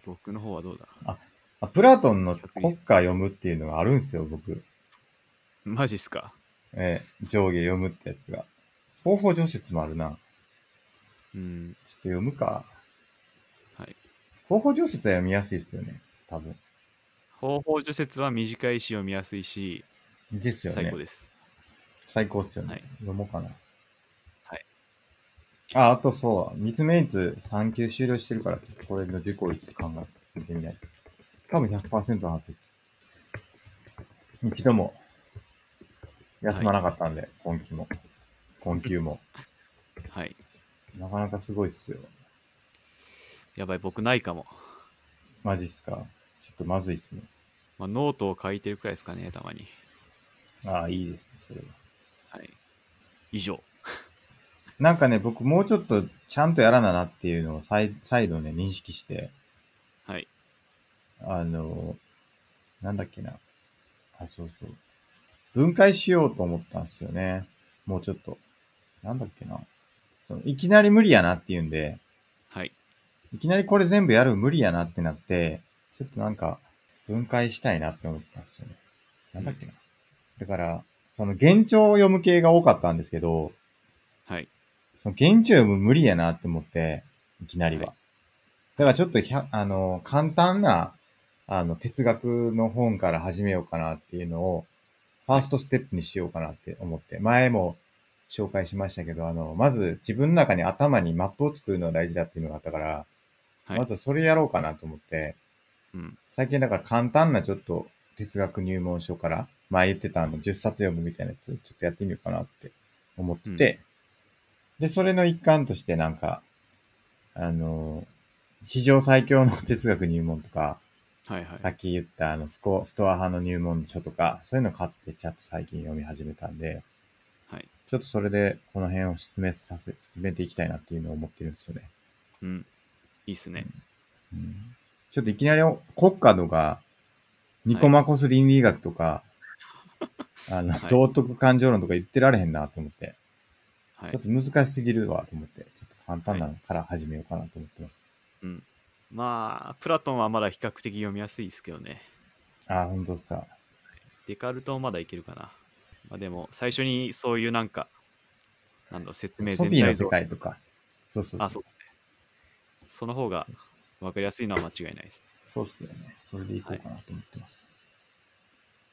僕の方はどうだ
あプラトンの国歌読むっていうのがあるんですよ、僕。
マジっすか。
えー上下読むってやつが。方法除説もあるな。
うん。
ちょっと読むか。
はい。
方法除説は読みやすいですよね。多分。
方法除説は短いし読みやすいし、
ですよね。
最高です。
最高っすよね。
はい
読もうかな。
はい。
あ、あとそう、三つ目いつ3級終了してるから、ちょっとこれの受講率考えてみない。多分100%のはずです。一度も休まなかったんで、今期も。今級も。
はい。
なかなかすごいっすよ。
やばい、僕ないかも。
マジっすか。ちょっとまずいっすね。
まあ、ノートを書いてるくらいですかね、たまに。
ああ、いいですね、それは。
はい。以上。
なんかね、僕もうちょっとちゃんとやらななっていうのを再再度ね、認識して。
はい。
あの、なんだっけな。あ、そうそう。分解しようと思ったんですよね。もうちょっと。なんだっけな。そのいきなり無理やなっていうんで、
はい。
いきなりこれ全部やる無理やなってなって、ちょっとなんか分解したいなって思ったんですよね。なんだっけな。だから、その現状を読む系が多かったんですけど、
はい。
その現地読む無理やなって思って、いきなりは。
は
だからちょっとひゃ、あの、簡単な、あの、哲学の本から始めようかなっていうのを、ファーストステップにしようかなって思って、前も紹介しましたけど、あの、まず自分の中に頭にマップを作るのが大事だっていうのがあったから、
はい
まずはそれやろうかなと思って、
うん。
最近だから簡単なちょっと哲学入門書から、前言ってたあの10冊読むみたいなやつ、ちょっとやってみようかなって思ってて、で、それの一環としてなんか、あの、史上最強の哲学入門とか、
はいはい。
さっき言ったあのスコストア派の入門書とか、そういうの買ってちゃんと最近読み始めたんで、
はい。
ちょっとそれでこの辺を進めさせ、進めていきたいなっていうのを思ってるんですよね。
うん。いいっすね。
うんちょっといきなりお国家とか、ニコマコス倫理学とか、あの、
はい
道徳感情論とか言ってられへんなと思って、
は
ちょ
い
っ。と難しすぎるわと思って、ちょっと簡単なのから始めようかなと思ってます。
うん。まあ、プラトンはまだ比較的読みやすいですけどね。
ああ、本当ですか。
デカルトはまだいけるかな。まあでも、最初にそういうなんか、なんだろう説明
ソフィーの世界とか。そうそうそう。
あ、そうですね。その方が分かりやすいのは間違いないです。
そうっすよね。それでいこうかなと思ってます。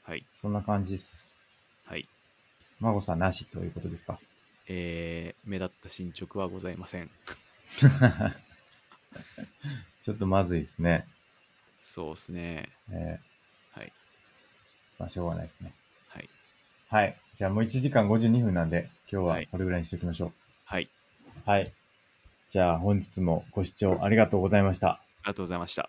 はい。
そんな感じです。
はい。
孫さんなしということですか。
えー、目立った進捗はございません。
ちょっとまずいですね。
そうですね。
え
はい。
ー、まあ、しょうがないですね。
はい。
はい。じゃあもう1時間52分なんで、今日ははいこれぐらいにしておきましょ
はい。
う。はい。じゃあ本日もご視聴ありがとうございました。
ありがとうございました。